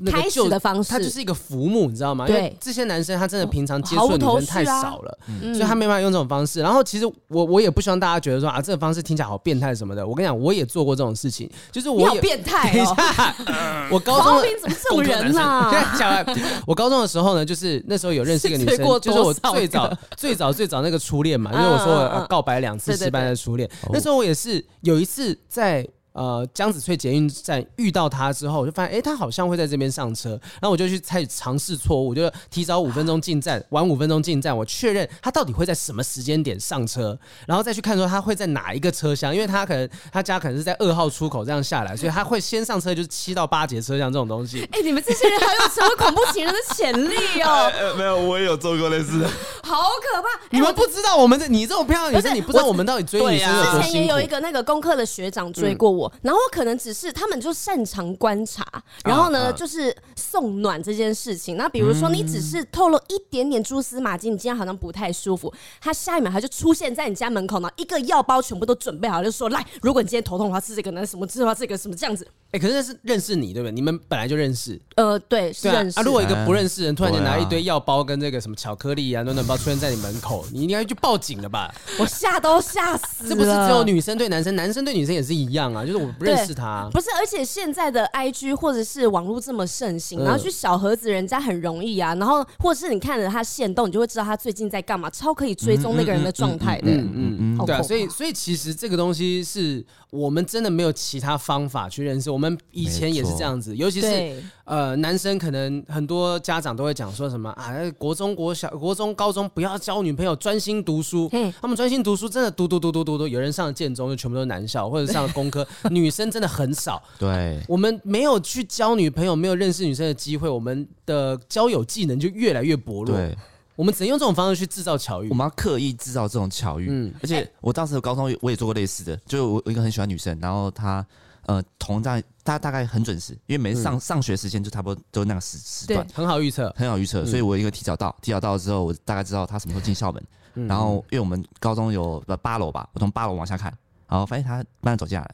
那个开就始的方式它就是一个浮木，你知道吗？因对哦为这些男生他真的平常接毫触无的女头生绪太啊少了，嗯所以他没办法用这种方式。然后其实我我也不希望大家觉得说啊，这个方式听起来好变态什么的。我跟你讲，我也做过这种事情，就是你我好也变态 *laughs* 等一哦、下， *laughs* 我高中黄的斌怎么这种人啊 *laughs* 啦、 *laughs* 现在讲完，我高中的时候呢，就是那时候有认识一个女是生追过，就是我多少个嗯最早最早最早那个初恋嘛，因为我说我呃告白两次对对失败的初恋。那时候我也是有一次在。呃，江子翠捷运站遇到她之后，我就发现，哎、她好像会在这边上车，然后我就去再尝试错误，我就提早五分钟进站，晚五分钟进站，我确认她到底会在什么时间点上车，然后再去看说她会在哪一个车厢，因为她可能她家可能是在二号出口这样下来，所以她会先上车，就是七到八节车厢这种东西。哎、你们这些人还有成为恐怖情人的潜力哦、呃，没有，我也有做过类似的。好可怕！哎你们不知道我们的，你这种漂亮女不生，是啊你不知道我们到底追女生有之多前也辛苦嗯有一。个那个功课的学长追过我，然后我可能只是他们就擅长观察，然后呢、啊就是送暖这件事情。那比如说你只是透露一点点蛛丝马迹，你今天好像不太舒服，他下一秒他就出现在你家门口，然后一个药包全部都准备好，就说来，如果你今天头痛的话吃这个，那什么治疗这个什么这样子。哎、可是那是认识你对不对？你们本来就认识，呃，对，是对啊认识。啊。如果一个不认识的人突然间对啊拿一堆药包跟这个什么巧克力啊、暖暖包出现在你门口，你应该去报警了吧？我 *laughs* 吓都吓死了，这不是只有女生对男生，男生对女生也是一样啊。就是我不认识他，不是，而且现在的 IG 或者是网络这么盛行，嗯然后去小盒子人家很容易啊，然后或者是你看着他现动，你就会知道他最近在干嘛，超可以追踪那个人的状态的。嗯嗯嗯，好对啊。恐怖所以所以其实这个东西是我们真的没有其他方法去认识。我们以前也是没错这样子，尤其是对，呃，男生可能很多家长都会讲说什么啊，国中、国小、国中、高中不要交女朋友，专心读书嘿。他们专心读书，真的读读读读读读，有人上了建中就全部都是男校，或者上了工科，女生真的很少。对，我们没有去交女朋友，没有认识女生的机会，我们的交友技能就越来越薄弱。对，我们只能用这种方式去制造巧嗯遇我。们要刻意制造这种巧遇。嗯而哎且我当时高中我也做过类似的，就我我一个很喜欢女生，然后她呃同在她大概很准时，因为每次上、嗯上学时间就差不多都那个时时段，很好预测，很好预测，嗯所以我一个提早到，提早到之后我大概知道她什么时候进校门，嗯然后因为我们高中有呃八楼吧，我从八楼往下看，然后发现她慢慢走进来了，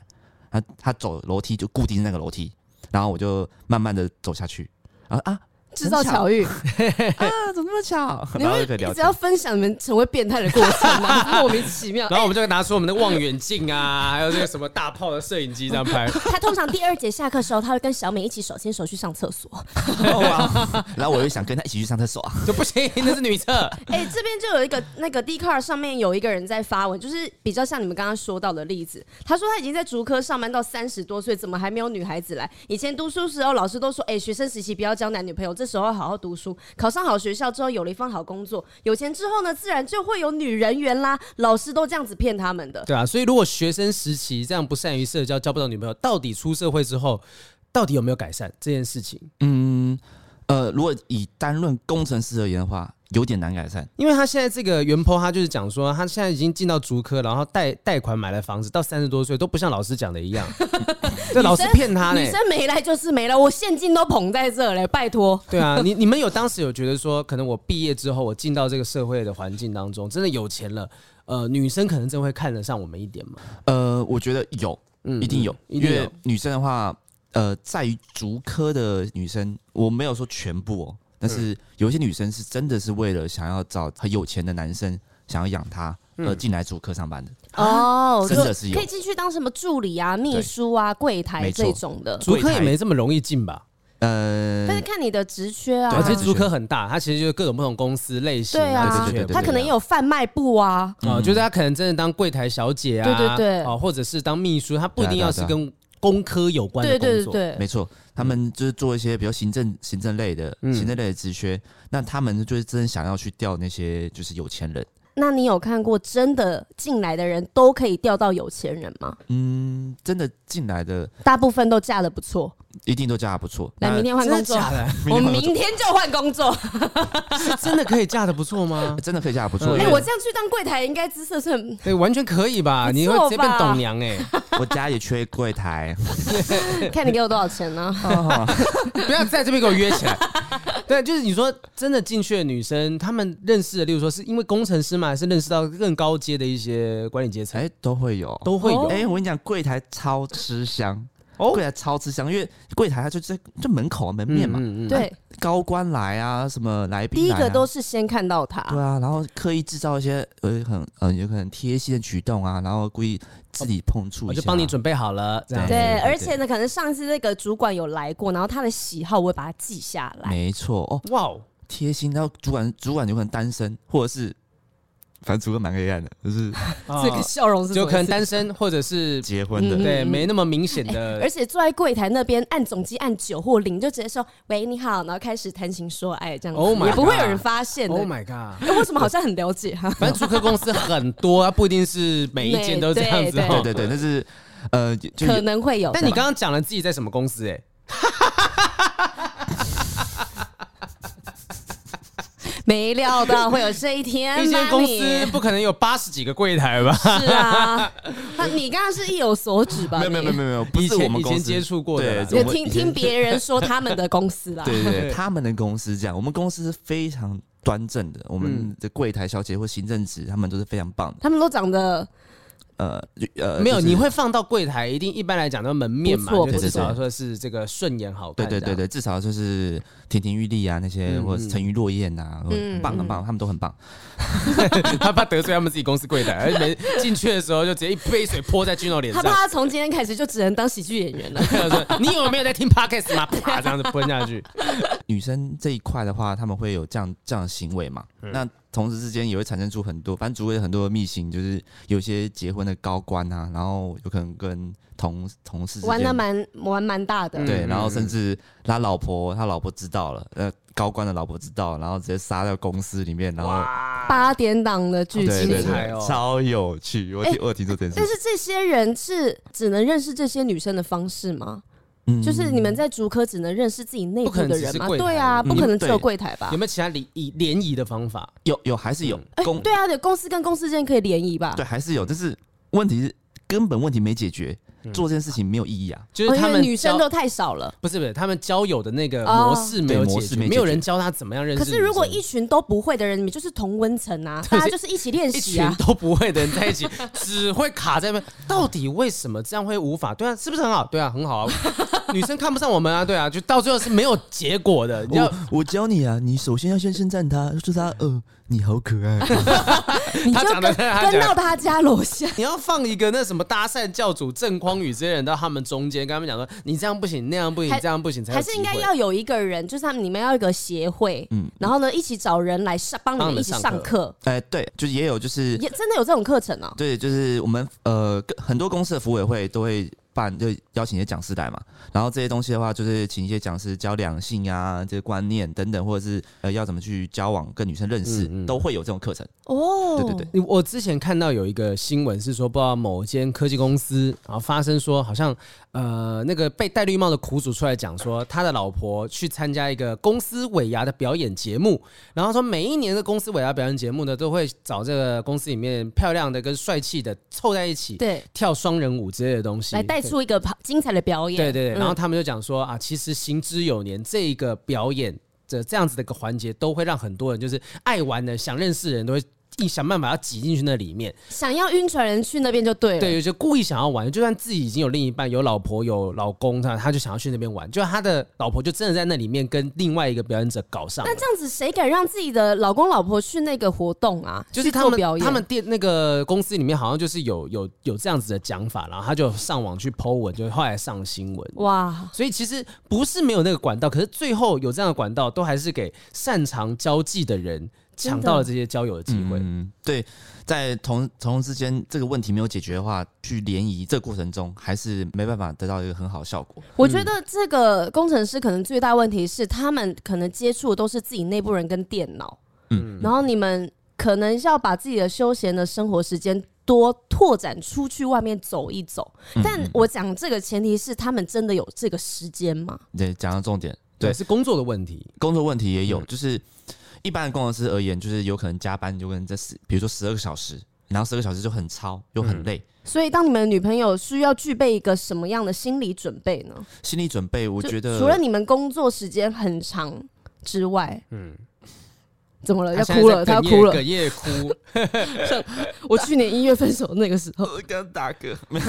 她她走楼梯就固定那个楼梯，然后我就慢慢的走下去，然后啊制造巧遇，啊怎么那么巧， *laughs* 你然后会就可以聊一直天要。分享你们成为变态的过程吗？莫名其妙。 *laughs* 然后我们就拿出我们的望远镜啊，还有这个什么大炮的摄影机这样拍。他通常第二节下课时候，他会跟小美一起手牵手去上厕所。啊 *laughs* 然后我又想跟她一起去上厕所啊， *laughs* 就不行，那是女厕。 *laughs* 哎、这边就有一个那个 d c a r 上面有一个人在发文，就是比较像你们刚刚说到的例子。他说他已经在竹科上班到三十多岁，怎么还没有女孩子来？以前读书时候，老师都说，哎、学生时期不要交男女朋友，这时候要好好读书，考上好学校之后，有了一份好工作，有钱之后呢，自然就会有女人缘啦。老师都这样子骗他们的。对啊，所以如果学生时期这样不善于社交，交不到女朋友，到底出社会之后，到底有没有改善这件事情？嗯，呃，如果以单论工程师而言的话，有点难改善。因为他现在这个原 po，他就是讲说，他现在已经进到竹科，然后贷贷款买了房子，到三十多岁都不像老师讲的 *laughs* 一样，对，老师骗他呢女。生没来就是没来，我现金都捧在这嘞，拜托。对啊，你你们有当时有觉得说，可能我毕业之后，我进到这个社会的环境当中，真的有钱了，呃，女生可能真会看得上我们一点嘛？呃，我觉得有，嗯一定有，一因定为有。女生的话，呃，在于足科的女生，我没有说全部哦，但嗯是有一些女生是真的是为了想要找很有钱的男生，想要养她嗯而进来足科上班的。哦，真就的是有可以进去当什么助理啊、秘书啊、柜台没错嗯这种的，竹科也柜台没这么容易进吧？呃，但是看你的职缺而啊且。竹科很大，它其实就是各种不同公司类型对啊职缺对对对对他可能也有贩卖部啊，啊、就是他可能真的当柜台小姐啊，对对对哦，或者是当秘书，他不一定对啊要对是啊跟工科有关对啊的工对作。对对，没错，他们就是做一些比较行政、行政类的、嗯行政类的职缺，那他们就是真的想要去钓那些就是有钱人。那你有看过真的进来的人都可以钓到有钱人吗？嗯，真的进来的大部分都嫁的不错。一定都嫁得不错。？来，明天换工作真的，假我们明天就换工作。的？是真的可以嫁的不错吗 *laughs* 真的可以嫁得不错，嗯因哎，为我这样去当柜台，应该姿色是 *laughs* 很对，哎完全可以吧？你会直接变董娘哎、我家也缺柜台， *laughs* 看你给我多少钱呢？不要在这边给我约起来。 *laughs* 对，就是你说真的进去的女生，她们认识的，例如说是因为工程师嘛，还是认识到更高阶的一些管理阶层，哎，都会有，都会哦有。哎、我跟你讲，柜台超吃香，哦柜台超吃香，因为柜台它就在就门口啊，门面嘛，嗯嗯嗯对，高官来啊，什么来宾、第啊，一个都是先看到他，对啊，然后刻意制造一些呃很呃有可能贴心的举动啊，然后故意自己碰触我一啊下，哦就帮你准备好了，这样子。对，对而且呢，可能上次那个主管有来过，然后他的喜好我会把它记下来。没错哦，哇哦，贴心。然后主管主管有可能单身，或者是反正主管蛮黑暗的，就是这个笑容是啊就可能什么意单身，或者是结婚的，嗯对没那么明显思的而且坐在柜台那边按总机按九或零，就直接说“喂，你好”，然后开始谈情说爱这样子 Oh my 也不会 God 有人发现的。 Oh my god！哎为什么好像很了解哈？反正租客公司很多，它不一定是每一间都这样子。哦对对对对，但是呃就 *laughs* 就可能会有，但你刚刚讲了自己在什么公司、哎，没料到会有这一 *laughs* 天吧，一间公司你不可能有八十几个柜台吧？是 *laughs* 啊，那你刚刚是意有所指吧？没有没有没有没有没有，不哎以是前我们以公前司接触过的啦，你对有我们听以前听别人说他们的公司啦， *laughs* 对对 *laughs* 对对，他们的公司这样，我们公司是非常端正的，我们嗯的柜台小姐或行政职，他们都是非常棒的。他们都长得呃呃，没有，就是你会放到柜台，一定一般来讲都门面嘛，不错就至不错少说是这个顺眼好对看。对对这样，对，至少就是亭亭玉立啊，那些啊嗯或者是沉鱼落雁啊，嗯很棒很棒，他们都很棒。 *laughs* 他怕得罪他们自己公司 *laughs* 柜台，而且每进去的时候就直接一杯水泼在 Gino 脸他啊上怕。他从今天开始就只能当喜剧演员了。说你有没有在听 podcast 吗？啪，这样子喷下去。女生这一块的话，他们会有这样这样的行为嘛？那同时之间也会产生出很多，反正主会很多的秘辛，就是有些结婚的高官啊，然后有可能跟同同事之玩的间蛮玩蛮大的，对，嗯然后甚至他老婆，他老婆知道了，呃，高官的老婆知道了，然后直接杀到公司里面，然后八点档的对剧对情。对精彩哦对，超有趣，我哎听我有听说这件但事，是这些人是只能认识这些女生的方式吗？嗯就是你们在竹科只能认识自己内部的人吗？不可能只是柜台对啊，嗯不可能嗯只对有柜台吧有？没有其他联以联谊的方法？有有还是有嗯哎公对啊，对公司跟公司之间可以联谊吧？对还是有，但是问题是根本问题没解决嗯，做这件事情没有意义啊。就哦，是因他为们女生交都太少了。不是不是，他们交友的那个模式没有对解模决，式没解决有人教他怎么样认识哦可女生。是如果一群都不会的人，你们就是同温层啊，对大家就是一起练一习群啊。都不会的人在一起， *laughs* 只会卡在那边，到底为什么这样会无法？对啊，是不是很好？对啊，*laughs* 很好啊。女生看不上我们啊，对啊，就到最后是没有结果的。你要我教你啊，你首先要先称赞他，说他呃，你好可 *laughs* 爱。你他就讲的跟他跟讲到的他家楼下，你要放一个那什么搭讪教主郑匡宇这些人到他们中间，跟他们讲说你这样不行，那样不行，还这样不行，才有还是应该机会要有一个人，就是他们你们要有一个协会，嗯然后呢一起找人来上帮你帮们你们一起上上课，哎，对，就是也有就是也真的有这种课程哦。对，就是我们呃跟很多公司的服委会都会办，就邀请一些讲师来嘛。然后这些东西的话，就是请一些讲师教两性啊，这些观念等等，或者是呃要怎么去交往跟女生认识，嗯嗯都会有这种课程。哦，对对对，你我之前看到有一个新闻是说，不知道某间科技公司，然后发生说好像呃那个被戴绿帽的苦主出来讲说，他的老婆去参加一个公司尾牙的表演节目，然后说每一年的公司尾牙表演节目呢，都会找这个公司里面漂亮的跟帅气的凑在一起，对跳双人舞之类的东西，来带出一个精彩的表演。对对对，嗯然后他们就讲说啊，其实行之有年，这个表演的这样子的一个环节，都会让很多人就是爱玩的、想认识的人都会。一想办法要挤进去那里面，想要晕船人去那边就对了。对，有些故意想要玩，就算自己已经有另一半、有老婆、有老公，他他就想要去那边玩，就他的老婆就真的在那里面跟另外一个表演者搞上了那，这样子谁敢让自己的老公老婆去那个活动啊？就是去他做们表演，他们店那个公司里面好像就是有有有这样子的讲法，然后他就上网去 Po 文，就后来上新闻，哇，所以其实不是没有那个管道，可是最后有这样的管道，都还是给擅长交际的人真的抢到了这些交友的机会。嗯，对，在同同事之间这个问题没有解决的话，去联谊这个过程中还是没办法得到一个很好的效果。我觉嗯得这个工程师可能最大问题是，他们可能接触的都是自己内部人跟电脑，嗯嗯，然后你们可能要把自己的休闲的生活时间。多拓展出去外面走一走，嗯但我讲这个前提是他们真的有这个时间吗？对，讲到重点，对，对是工作的问题。工作问题也有，嗯就是一般的工程师而言，就是有可能加班，有可能在十，比如说十二个小时，然后十二个小时就很超又嗯很累，所以，当你们的女朋友需要具备一个什么样的心理准备呢？心理准备，我就觉得除了你们工作时间很长之外，嗯，怎么了？要现在哭了，他在要哽咽哭了哽。咽哭。 *laughs* 我去年一月份手那个时候，跟大哥，嗯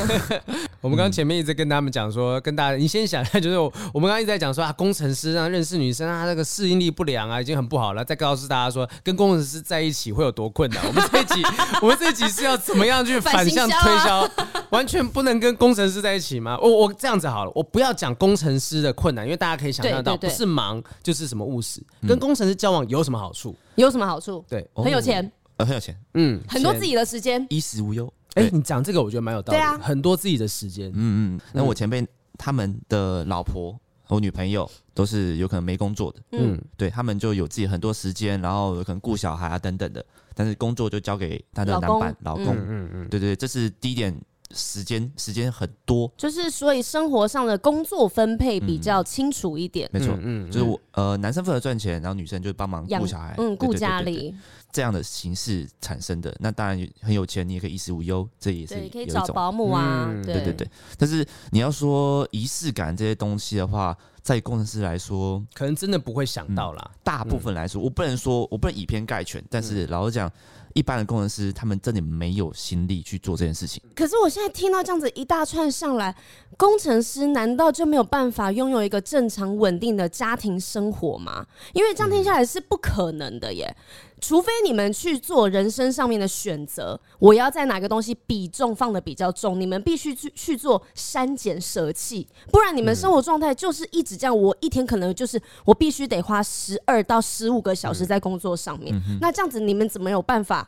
我们刚刚前面一直跟他们讲说，跟大家，你先想一 *laughs* 下，就是我我们刚刚一直在讲说啊，工程师啊，认识女生啊，那个适应力不良啊，已经很不好了。再告诉大家说，跟工程师在一起会有多困难。我们这一集， *laughs* 我们这一集是要怎么样去反向推销？啊完全不能跟工程师在一起吗？我我这样子好了，我不要讲工程师的困难，因为大家可以想象到，对对对嗯不是忙就是什么务实。跟工程师交往有什么好处？有什么好处？对，很有钱，呃，很有钱，嗯，很多钱自。己的时间。衣食无忧。哎、对你讲这个我觉得蛮有道理的，对啊很多自己的时间。嗯嗯，那我前辈他们的老婆和女朋友都是有可能没工作的，嗯嗯，对他们就有自己很多时间，然后有可能顾小孩啊等等的，但是工作就交给他的老男伴老公公，嗯嗯，对对，这是第一点，时间时间很多，就是所以生活上的工作分配嗯比较清楚一点，没错，嗯就是我呃男生负责赚钱，然后女生就帮忙顾小孩，嗯，哎对顾家，对对对对里，这样的形式产生的，那当然很有钱，你也可以衣食无忧，这也是对，可有以一找种保姆啊，嗯对对对，但是你要说仪式感这些东西的话，在工程师来说，可能真的不会想到嗯啦。大部分来说，我不能说我不能以偏概全，但是老实讲，一般的工程师他们真的没有心力去做这件事情。可是我现在听到这样子一大串上来，工程师难道就没有办法拥有一个正常稳定的家庭生活吗？因为这样听下来是不可能的耶。除非你们去做人生上面的选择，我要在哪个东西比重放的比较重，你们必须去去做删减舍弃，不然你们生活状态就是一直这样。我一天可能就是我必须得花十二到十五个小时在工作上面，那这样子你们怎么有办法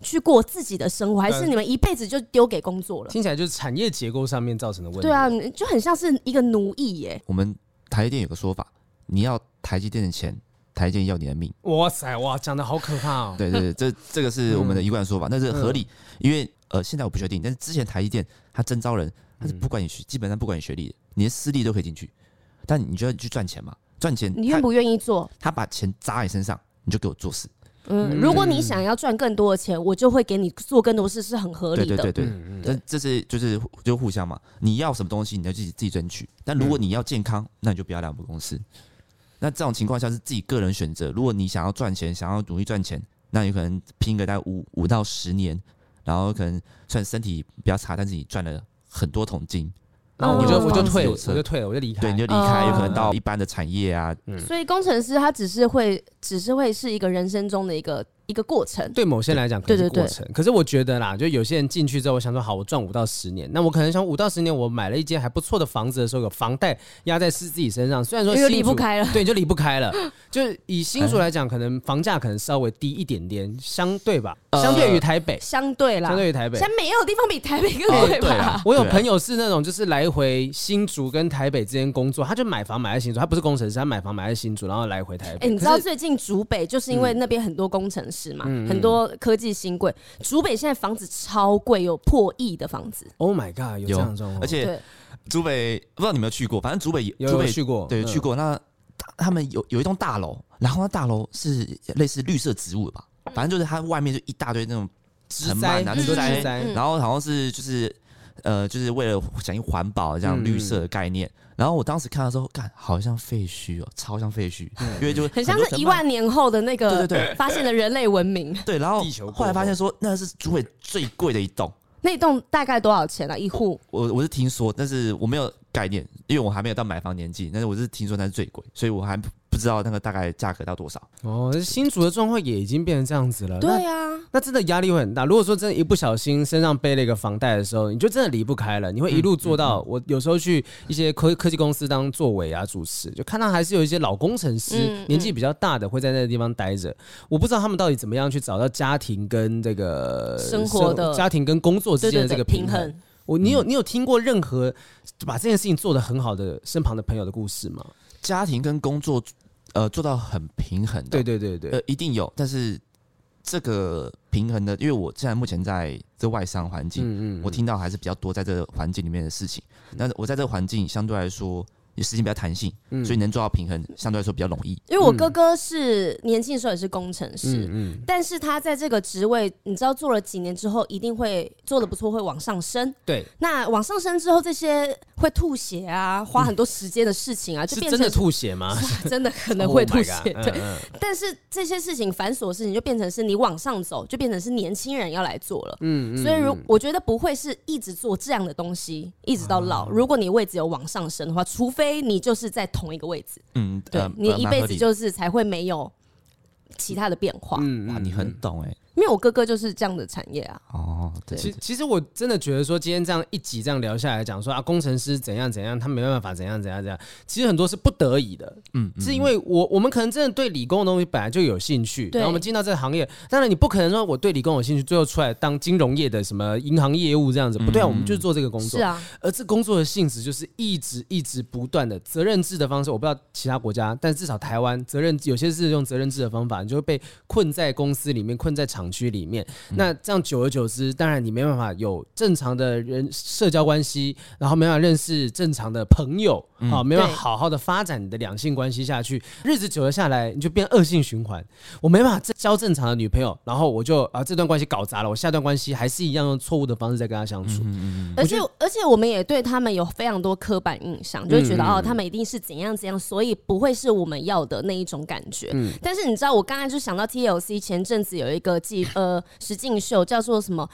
去过自己的生活？还是对你们一辈子就丢给工作了？听起来就是产业结构上面造成的问题。对啊，，你就很像是一个奴役耶、我们台积电有个说法，你要台积电的钱，台积电要你的命。哇塞，哇，讲的好可怕哦。对对对，这这个是我们的一贯说法，但是合理，因为呃，现在我不确定，但是之前台积电它征招人，它是不管你学，基本上不管你学历的，你的私立都可以进去，但你就要去赚钱嘛，赚钱你他愿不愿意做？他把钱砸你身上，你就给我做事，嗯，嗯如果你想要赚更多的钱，我就会给你做更多事，是很合对理对对的。对，嗯但这是就是就互相嘛，你要什么东西，你要自己自己争取。但嗯如果你要健康，那你就不要来我们公司。那这种情况下是自己个人选择。如果你想要赚钱，想要努力赚钱，那有可能拼个大概五五到十年，然后可能虽然身体比较差，但是你赚了很多桶金，然后我就嗯我就房子退，有我车就退了，我就离开。对，你就离开，哦有可能到一般的产业啊。所以工程师他只是会，只是会是一个人生中的一个一个过程。对某些人来讲，可能是对对对过程。可是我觉得啦，就有些人进去之后，我想说，好，我赚五到十年，那我可能想五到十年，我买了一间还不错的房子的时候，有房贷压在是自己身上，虽然说因为新离不竹开了哎对，就离不 *laughs* 开了。就是以新竹来讲，可能房价可能稍微低一点点，相对吧，呃相对于台北，相对啦，相对于台北现在。没有地方比台北更哦贵对吧啊？我有对啊朋友是那种，就是来回新竹跟台北之间工作，他就买房买在新竹，他不是工程师，他买房买在新竹，然后来回台哎、北。你知道可是最近竹北就是因为那边很多工程师嘛，很多科技新贵，竹北现在房子超贵，有破亿的房子。 ？Oh my god，有这样的状况，而且对，竹北不知道你有没有去过，反正竹北有竹有北去过，对嗯去过。那他他们有有一栋大楼，然后那大楼是类似绿色植物的吧，嗯反正就是它外面就一大堆那种植藤栽，蔓啊很多植栽植栽，然后好像是就是呃，就是为了响应环保这样嗯绿色的概念。然后我当时看到之后，干好像废墟哦，超像废墟，嗯因为就很像多是藤一蔓万年后的那个对对对发现的人类文明。对。然后地球过后后来发现说那是竹北最贵的一栋，那栋大概多少钱啊？一户？我我是听说，但是我没有概念，因为我还没有到买房年纪，但是我是听说那是最贵，所以我还不不知道那个大概价格到多少。哦，新竹的状况也已经变成这样子了。对那啊，那真的压力会很大。如果说真的，一不小心身上背了一个房贷的时候，你就真的离不开了。你会一路做到，我有时候去一些科科技公司当作委啊、主持，就看到还是有一些老工程师，嗯年纪比较大的会在那个地方待着。我不知道他们到底怎么样去找到家庭跟这个生活的家庭跟工作之对间对的这对，个平平衡。衡。嗯我你有你有听过任何把这件事情做得很好的身旁的朋友的故事吗？家庭跟工作呃做到很平衡的，对对对对，呃，一定有，但是这个平衡的，因为我现在目前在这外商环境，嗯我听到还是比较多在这个环境里面的事情。但是我在这个环境相对来说，时间比较弹性，嗯所以能做到平衡，相对来说比较容易。因为我哥哥是年轻的时候也是工程师，嗯但是他在这个职位，你知道做了几年之后，一定会做的不错，会往上升。对，那往上升之后，这些会吐血啊，花很多时间的事情啊，就是变真成的吐血吗？ *laughs* 真的可能会 Oh my 吐 God，血。嗯对，嗯但是这些事情繁琐的事情就变成是你往上走，就变成是年轻人要来做了。嗯，所以如我觉得不会是一直做这样的东西，一直到老。如果你位置有往上升的话，除非你就是在同一个位置，嗯，对、呃你蛮一蛮辈合子理就是才会没有其他的变化。嗯哇，你很懂哎、因为我哥哥就是这样的产业啊，哦，对，其其实我真的觉得说，今天这样一集这样聊下来，讲说啊，工程师怎样怎样，他没办法怎样怎样怎样，其实很多是不得已的，嗯，是因为我我们可能真的对理工的东西本来就有兴趣，对然后我们进到这个行业，当然你不可能说我对理工有兴趣，最后出来当金融业的什么银行业务这样子，不对啊，我们就是做这个工作，是啊，而这工作的性质就是一直一直不断的责任制的方式，我不知道其他国家，但至少台湾责任有些是用责任制的方法，你就会被困在公司里面，困在厂区里面。那这样久而久之，当然你没办法有正常的人社交关系，然后没办法认识正常的朋友，啊，没办对法好好的发展你的两性关系下去，日子久了下来，你就变恶性循环。我没办法交正常的女朋友，然后我就啊这段关系搞砸了，我下段关系还是一样用错误的方式在跟她相处。而且而且我们也对他们有非常多刻板印象，就会觉得、哦，他们一定是怎样怎样，所以不会是我们要的那一种感觉。但是你知道，我刚才就想到 TLC 前阵子有一个 *laughs* 纪呃实境秀，叫做什么？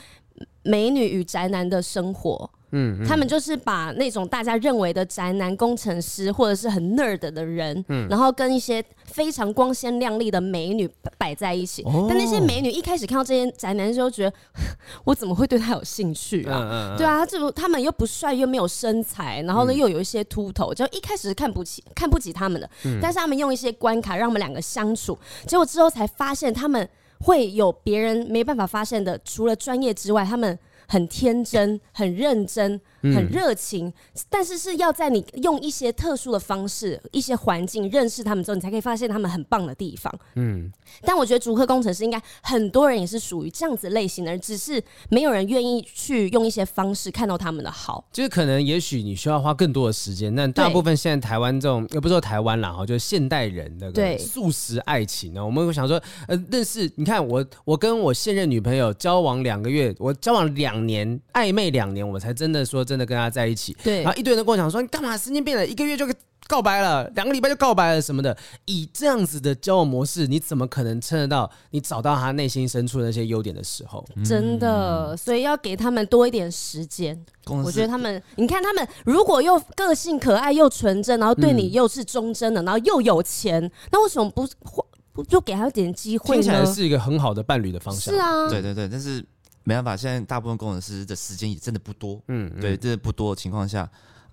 美女与宅男的生活，嗯，他们就是把那种大家认为的宅男工程师或者是很 nerd 的人，然后跟一些非常光鲜亮丽的美女摆在一起。但那些美女一开始看到这些宅男的时候，觉得 *laughs* 我怎么会对他有兴趣啊？嗯对啊，这不他们又不帅又没有身材，然后呢又有一些秃头，就一开始是看不起看不起他们的，嗯但是他们用一些关卡让我们两个相处，结果之后才发现他们会有别人没办法发现的，除了专业之外，他们很天真、很认真、嗯很热情，但是是要在你用一些特殊的方式、一些环境认识他们之后，你才可以发现他们很棒的地方。嗯，但我觉得逐客工程师应该很多人也是属于这样子类型的人，只是没有人愿意去用一些方式看到他们的好。就是可能也许你需要花更多的时间，但大部分现在台湾这种，也不是说台湾啦哈，哦就是现代人那对个素食爱情呢，我们会想说，呃，认识你看我，我跟我现任女朋友交往两个月，我交往两年，暧昧两年，我才真的说真的跟她在一起。对然后一堆人都跟我讲说，你干嘛神经病了，一个月就告白了，两个礼拜就告白了什么的。以这样子的交往模式，你怎么可能撑得到你找到他内心深处的那些优点的时候？真的，所以要给他们多一点时间。公司我觉得他们，你看他们，如果又个性可爱又纯真，然后对你又是忠贞的，然后又有钱，那为什么不不就给他一点机会听起来呢？是一个很好的伴侣的方向。是啊，对对对，但是没办法，现在大部分工程师的时间也真的不多，嗯，嗯对，真的不多的情况下，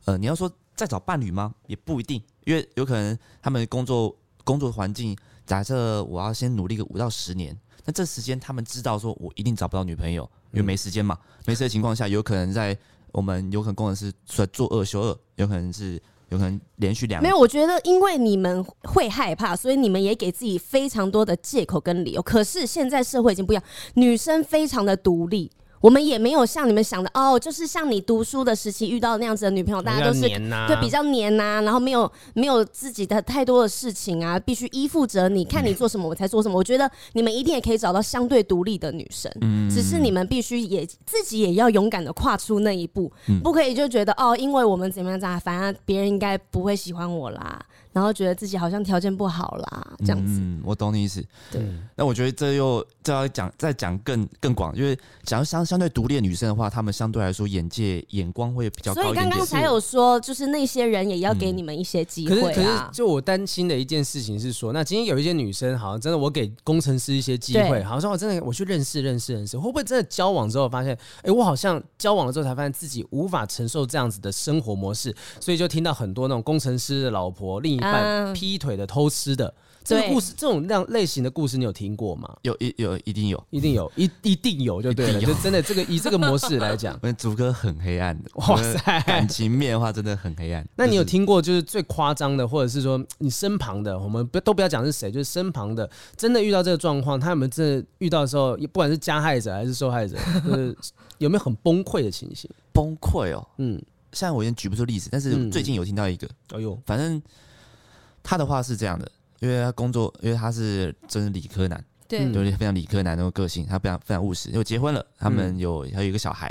呃，你要说再找伴侣吗？也不一定，因为有可能他们工作工作环境，假设我要先努力个五到十年，那这时间他们知道说我一定找不到女朋友，嗯因为没时间嘛，没时间的情况下，有可能在我们有可能工程师在做二休二，有可能是有可能连续两没有，我觉得因为你们会害怕，所以你们也给自己非常多的借口跟理由。可是现在社会已经不一样，女生非常的独立。我们也没有像你们想的哦，就是像你读书的时期遇到那样子的女朋友，大家都是黏啊呐、啊对，比较黏呐、然后没有没有自己的太多的事情啊，必须依附着你，嗯看你做什么我才做什么。我觉得你们一定也可以找到相对独立的女生，嗯只是你们必须也自己也要勇敢的跨出那一步，嗯不可以就觉得哦，因为我们怎么样怎么样，反正别人应该不会喜欢我啦，然后觉得自己好像条件不好啦，这样子。嗯，我懂你意思。对，那我觉得这又这要讲再讲更更广，因为讲相相对独立的女生的话，她们相对来说眼界眼光会嗯比较所高以一点刚刚点。才有说，就是那些人也要给你们一些机可是会可是啊，。就我担心的一件事情是说，那今天有一些女生好像真的，我给工程师一些机会，对好像说我真的我去认识认识认识，会不会真的交往之后发现，哎、我好像交往了之后才发现自己无法承受这样子的生活模式，所以就听到很多那种工程师的老婆另一半嗯劈腿的、偷吃的。这个对故事，这种样类型的故事，你有听过吗？有一有一定有，一定有，一一定有，就对了。一定有，就真的这个以这个模式来讲 *laughs* 我竹哥很黑暗的，哇我的塞感情面的话真的很黑暗。那你有就是听过就是最夸张的，或者是说你身旁的，我们不都不要讲是谁，就是身旁的，真的遇到这个状况，他有没有真的遇到的时候，不管是加害者还是受 *laughs* 害者，就是有没有很崩溃的情形？崩溃哦？嗯，现在我已经举不出例子，嗯但是最近有听到一个，哎呦，反正他的话是这样的，因为他工作，因为他是真的理科男，对嗯就是非常理科男那种个性，他非常非常务实。因为结婚了，他嗯们有还有一个小孩，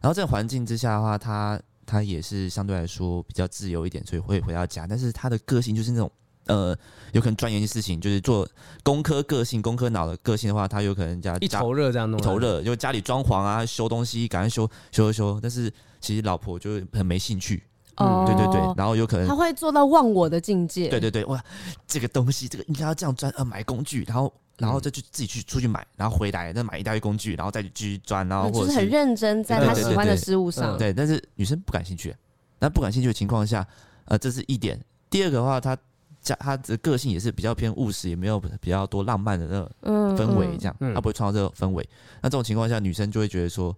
然后这个环境之下的话，他他也是相对来说比较自由一点，所以会回到家。但是他的个性就是那种呃，有可能钻研一些事情，就是做工科个性、工科脑的个性的话，他有可能家一家头热这样弄，一头，热，就家里装潢啊、修东西，赶快修修修修。但是其实老婆就很没兴趣，哦，对对对，然后有可能他会做到忘我的境界。对对对，哇，这个东西这个应该要这样钻，呃，买工具，然后然嗯后再去自己去出去买，然后回来再买一大堆工具，然后再去继续钻，然后嗯就啊或者是很是认真在他对对对喜欢的对事物上。对，但是女生不感兴趣，那不感兴趣的情况下，呃，这是一点。第二个的话，她家她的个性也是比较偏务实，也没有比较多浪漫的那种嗯氛围，这样，嗯她不会创造这个氛围。那这种情况下，女生就会觉得说，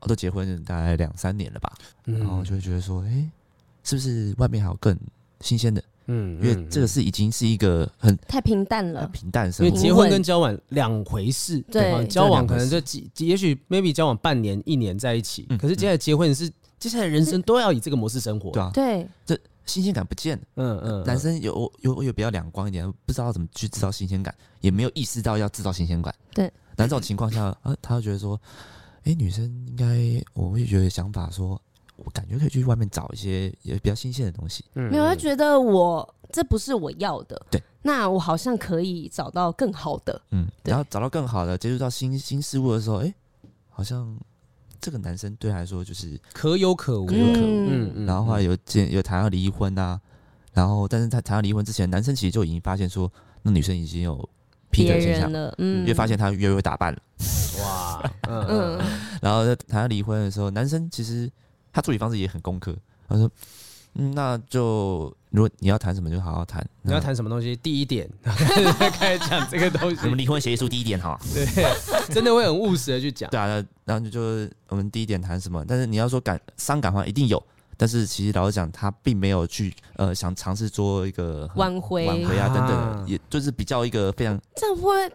哦，都结婚大概两三年了吧，然后嗯就会觉得说，哎，是不是外面还有更新鲜的？嗯因为这个是已经是一个很嗯太平淡很了。平淡因的生为活。结婚跟交往两回事，对吧交往可能就几，也许 maybe 交往半年、一年在一起，嗯可是接下来结婚是接下来人生都要以这个模式生活，对啊，对，新鲜感不见了。嗯嗯，男生有有有比较两光一点，不知道怎么去制造新鲜感，也没有意识到要制造新鲜感。对，那这种情况下，啊，他会觉得说，哎、女生应该，我会觉得想法说，我感觉可以去外面找一些也比较新鲜的东西。嗯没有，他觉得我这不是我要的。对，那我好像可以找到更好的。嗯，对然后找到更好的，接触到新新事物的时候，哎、好像这个男生对他来说就是，可有可无，可有可无嗯嗯，然后后来嗯有见有谈到离婚啊，然后但是他谈到离婚之前，男生其实就已经发现说，那女生已经有劈别腿现象人。了，嗯，越发现他越会打扮了。哇，嗯嗯嗯，嗯然后在谈到离婚的时候，男生其实他处理方式也很攻克，他说：“嗯，那就如果你要谈什么，就好好谈。你要谈什么东西？第一点， *laughs* 开始讲这个东什么西，离婚协议书第一点哈？真的会很务实的去讲。对啊，那然后就就是我们第一点谈什么，但是你要说感伤感的话一定有，但是其实老实讲，他并没有去呃想尝试做一个很挽回挽回啊等等啊的，也就是比较一个非常这样会不会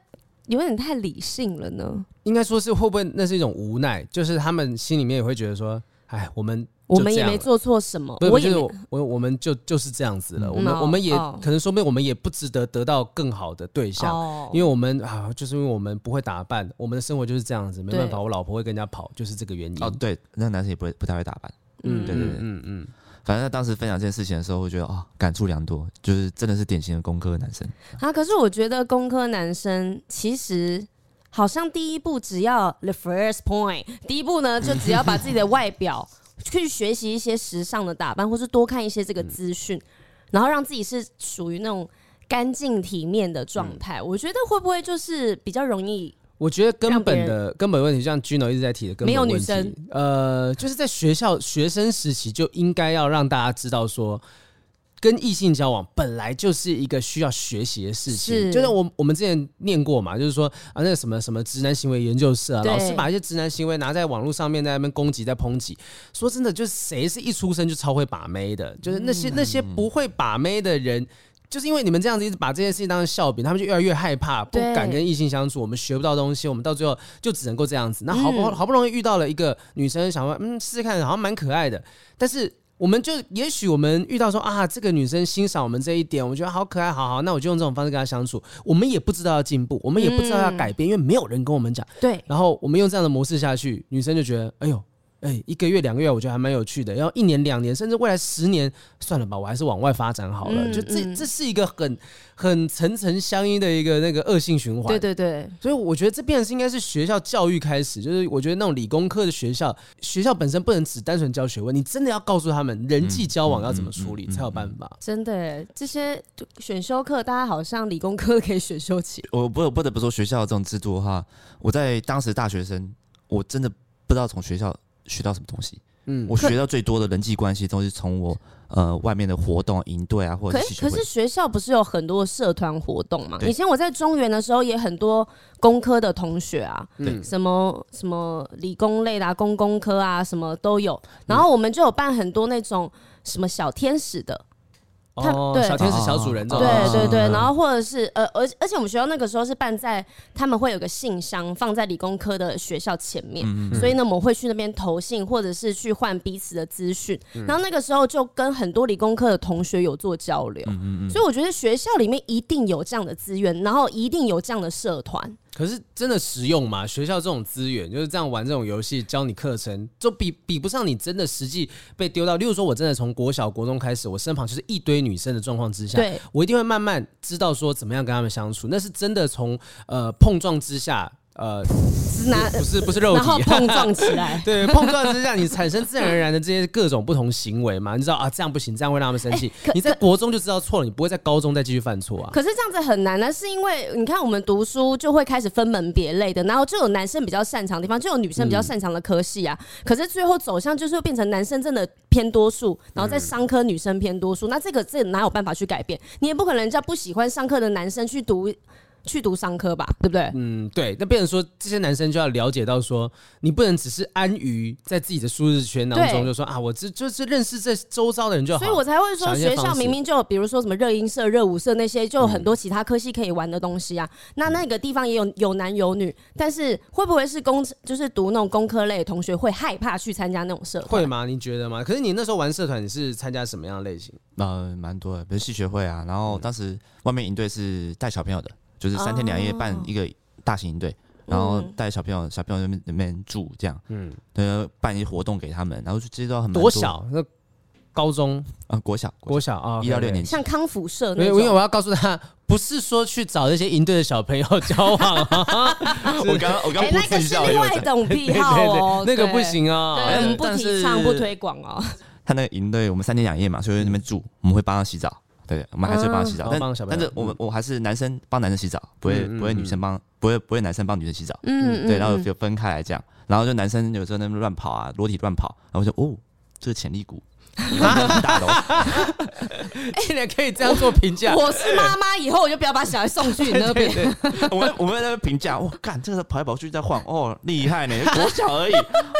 有点太理性了呢？应该说是会不会那是一种无奈，就是他们心里面也会觉得说，哎，我们我们也就这样没了做错什么，不是，不也是没我我我们就就是这样子了。嗯我们哦我们也哦可能说不定我们也不值得得到更好的对象，哦因为我们啊，就是因为我们不会打扮，我们的生活就是这样子，没对办法，我老婆会跟人家跑，就是这个原因。哦，对，那男生也不会不太会打扮。嗯对对对嗯嗯，反正他当时分享这件事情的时候，我觉得哦，感触良多，就是真的是典型的工科男生。啊，可是我觉得工科男生其实好像第一步只要 the first point，第一步呢就只要把自己的外表去学习一些时尚的打扮，或是多看一些这个资讯，然后让自己是属于那种干净体面的状态。我觉得会不会就是比较容易我觉得根本的根本问题，就像 Gino 一直在提的根本没有女问题生，呃，就是在学校学生时期就应该要让大家知道说。跟异性交往本来就是一个需要学习的事情，是就是我我们之前念过嘛，就是说啊，那个什么什么直男行为研究社啊，对老师把一些直男行为拿在网络上面在那边攻击在抨击，说真的，就是谁是一出生就超会把妹的，就是那嗯些、那些不会把妹的人。就是因为你们这样子一直把这件事情当成笑柄，他们就越来越害怕，不对敢跟异性相处。我们学不到东西，我们到最后就只能够这样子。那好不、嗯好不容易遇到了一个女生，想说嗯试试看，好像蛮可爱的。但是我们就也许我们遇到说啊，这个女生欣赏我们这一点，我们觉得好可爱，好好，那我就用这种方式跟她相处。我们也不知道要进步，我们也不知道要改变，因为没有人跟我们讲。对？然后我们用这样的模式下去，女生就觉得，哎呦，哎，一个月、两个月，我觉得还蛮有趣的。然后一年、两年，甚至未来十年，算了吧，我还是往外发展好了。嗯就这，嗯这是一个很很层层相依的一个那个恶性循环。对对对，所以我觉得这变成是应该是学校教育开始，就是我觉得那种理工科的学校，学校本身不能只单纯教学问，你真的要告诉他们人际交往要怎么处嗯理，才有办法。真的耶这些选修课，大家好像理工科可以选修起，我不不得不说，学校这种制度的话，我在当时大学生，我真的不知道从学校学到什么东西。嗯，我学到最多的人际关系都是从我呃外面的活动、营队啊，或者可是是戏剧可是会。学校不是有很多社团活动嘛？对以前我在中原的时候，也很多工科的同学啊，嗯什么什么理工类的、啊、工工科啊，什么都有。嗯然后我们就有办很多那种什么小天使的，他哦，对小天使、小主人这哦种东西，对对对，然后或者是呃，而而且我们学校那个时候是办在他们会有个信箱放在理工科的学校前面，嗯所以呢我们会去那边投信，或者是去换彼此的资讯。嗯然后那个时候就跟很多理工科的同学有做交流，嗯所以我觉得学校里面一定有这样的资源，然后一定有这样的社团。可是真的实用吗？学校这种资源就是这样玩这种游戏，教你课程，就比比不上你真的实际被丢到。例如说，我真的从国小、国中开始，我身旁就是一堆女生的状况之下，对我一定会慢慢知道说怎么样跟她们相处。那是真的从呃碰撞之下，呃，拿不是不是肉然后体。。碰撞起来对，碰撞之下，你产生自然而然的这些各种不同行为嘛，你知道啊，这样不行，这样会让他们生气。哎可你在国中就知道错了，你不会在高中再继续犯错啊。可是这样子很难呢，是因为你看我们读书就会开始分门别类的，然后就有男生比较擅长的地方，就有女生比较擅长的科系啊。可是最后走向就是会变成男生真的偏多数，然后在商科女生偏多数，那这个这哪有办法去改变？你也不可能人家不喜欢上课的男生去读去读商科吧，对不对？嗯，对，那变成说这些男生就要了解到说，你不能只是安于在自己的舒适圈当中，对就说啊，我这就是认识这周遭的人 *laughs* 就好。所以我才会说，想一些学方校式明明就有，比如说什么热音社、热舞社那些，就有很多其他科系可以玩的东西啊。那那个地方也有有男有女，但是会不会是工就是读那种工科类的同学会害怕去参加那种社团？会吗？你觉得吗？可是你那时候玩社团，你是参加什么样的类型？呃，蛮多的，比如戏学会啊，嗯然后当时外面营队是带小朋友的，就是三天两夜哦办一个大型营队，然后带小朋友小朋友那边那边住这样，嗯嗯，对，办一些活动给他们，然后就接到很蛮多小？那高中、啊，国小国小啊，一到六年级像康复社对。那因为因为种，我要告诉他，不是说去找那些营队的小朋友交 *laughs* 往啊，我刚我刚哎、那个是另外一种癖好哦、那个对不。行对，啊。我们不但提是倡、不推广哦、他那个营队，我们三天两夜嘛，所以那边住，我们会帮他洗澡，对，我们还是会帮他洗啊澡，嗯帮小但朋友但是我们我还是男生帮男生洗澡，不会嗯嗯不会女生帮，不会不会男生帮女生洗澡，嗯，对，嗯然后嗯就 *laughs* 啊分开来这样，然后就男生有时候在那边乱跑啊，裸体乱跑，然后我就哦，这个潜力股，很大的哦。竟然可以这样做评 *laughs* 价，嗯我是妈妈，以后我就不要把小孩送去你那 *laughs* 边。我们我们在那边评价，哇，干这个跑来跑去在晃，哦，厉害呢，国小 *laughs* 而已，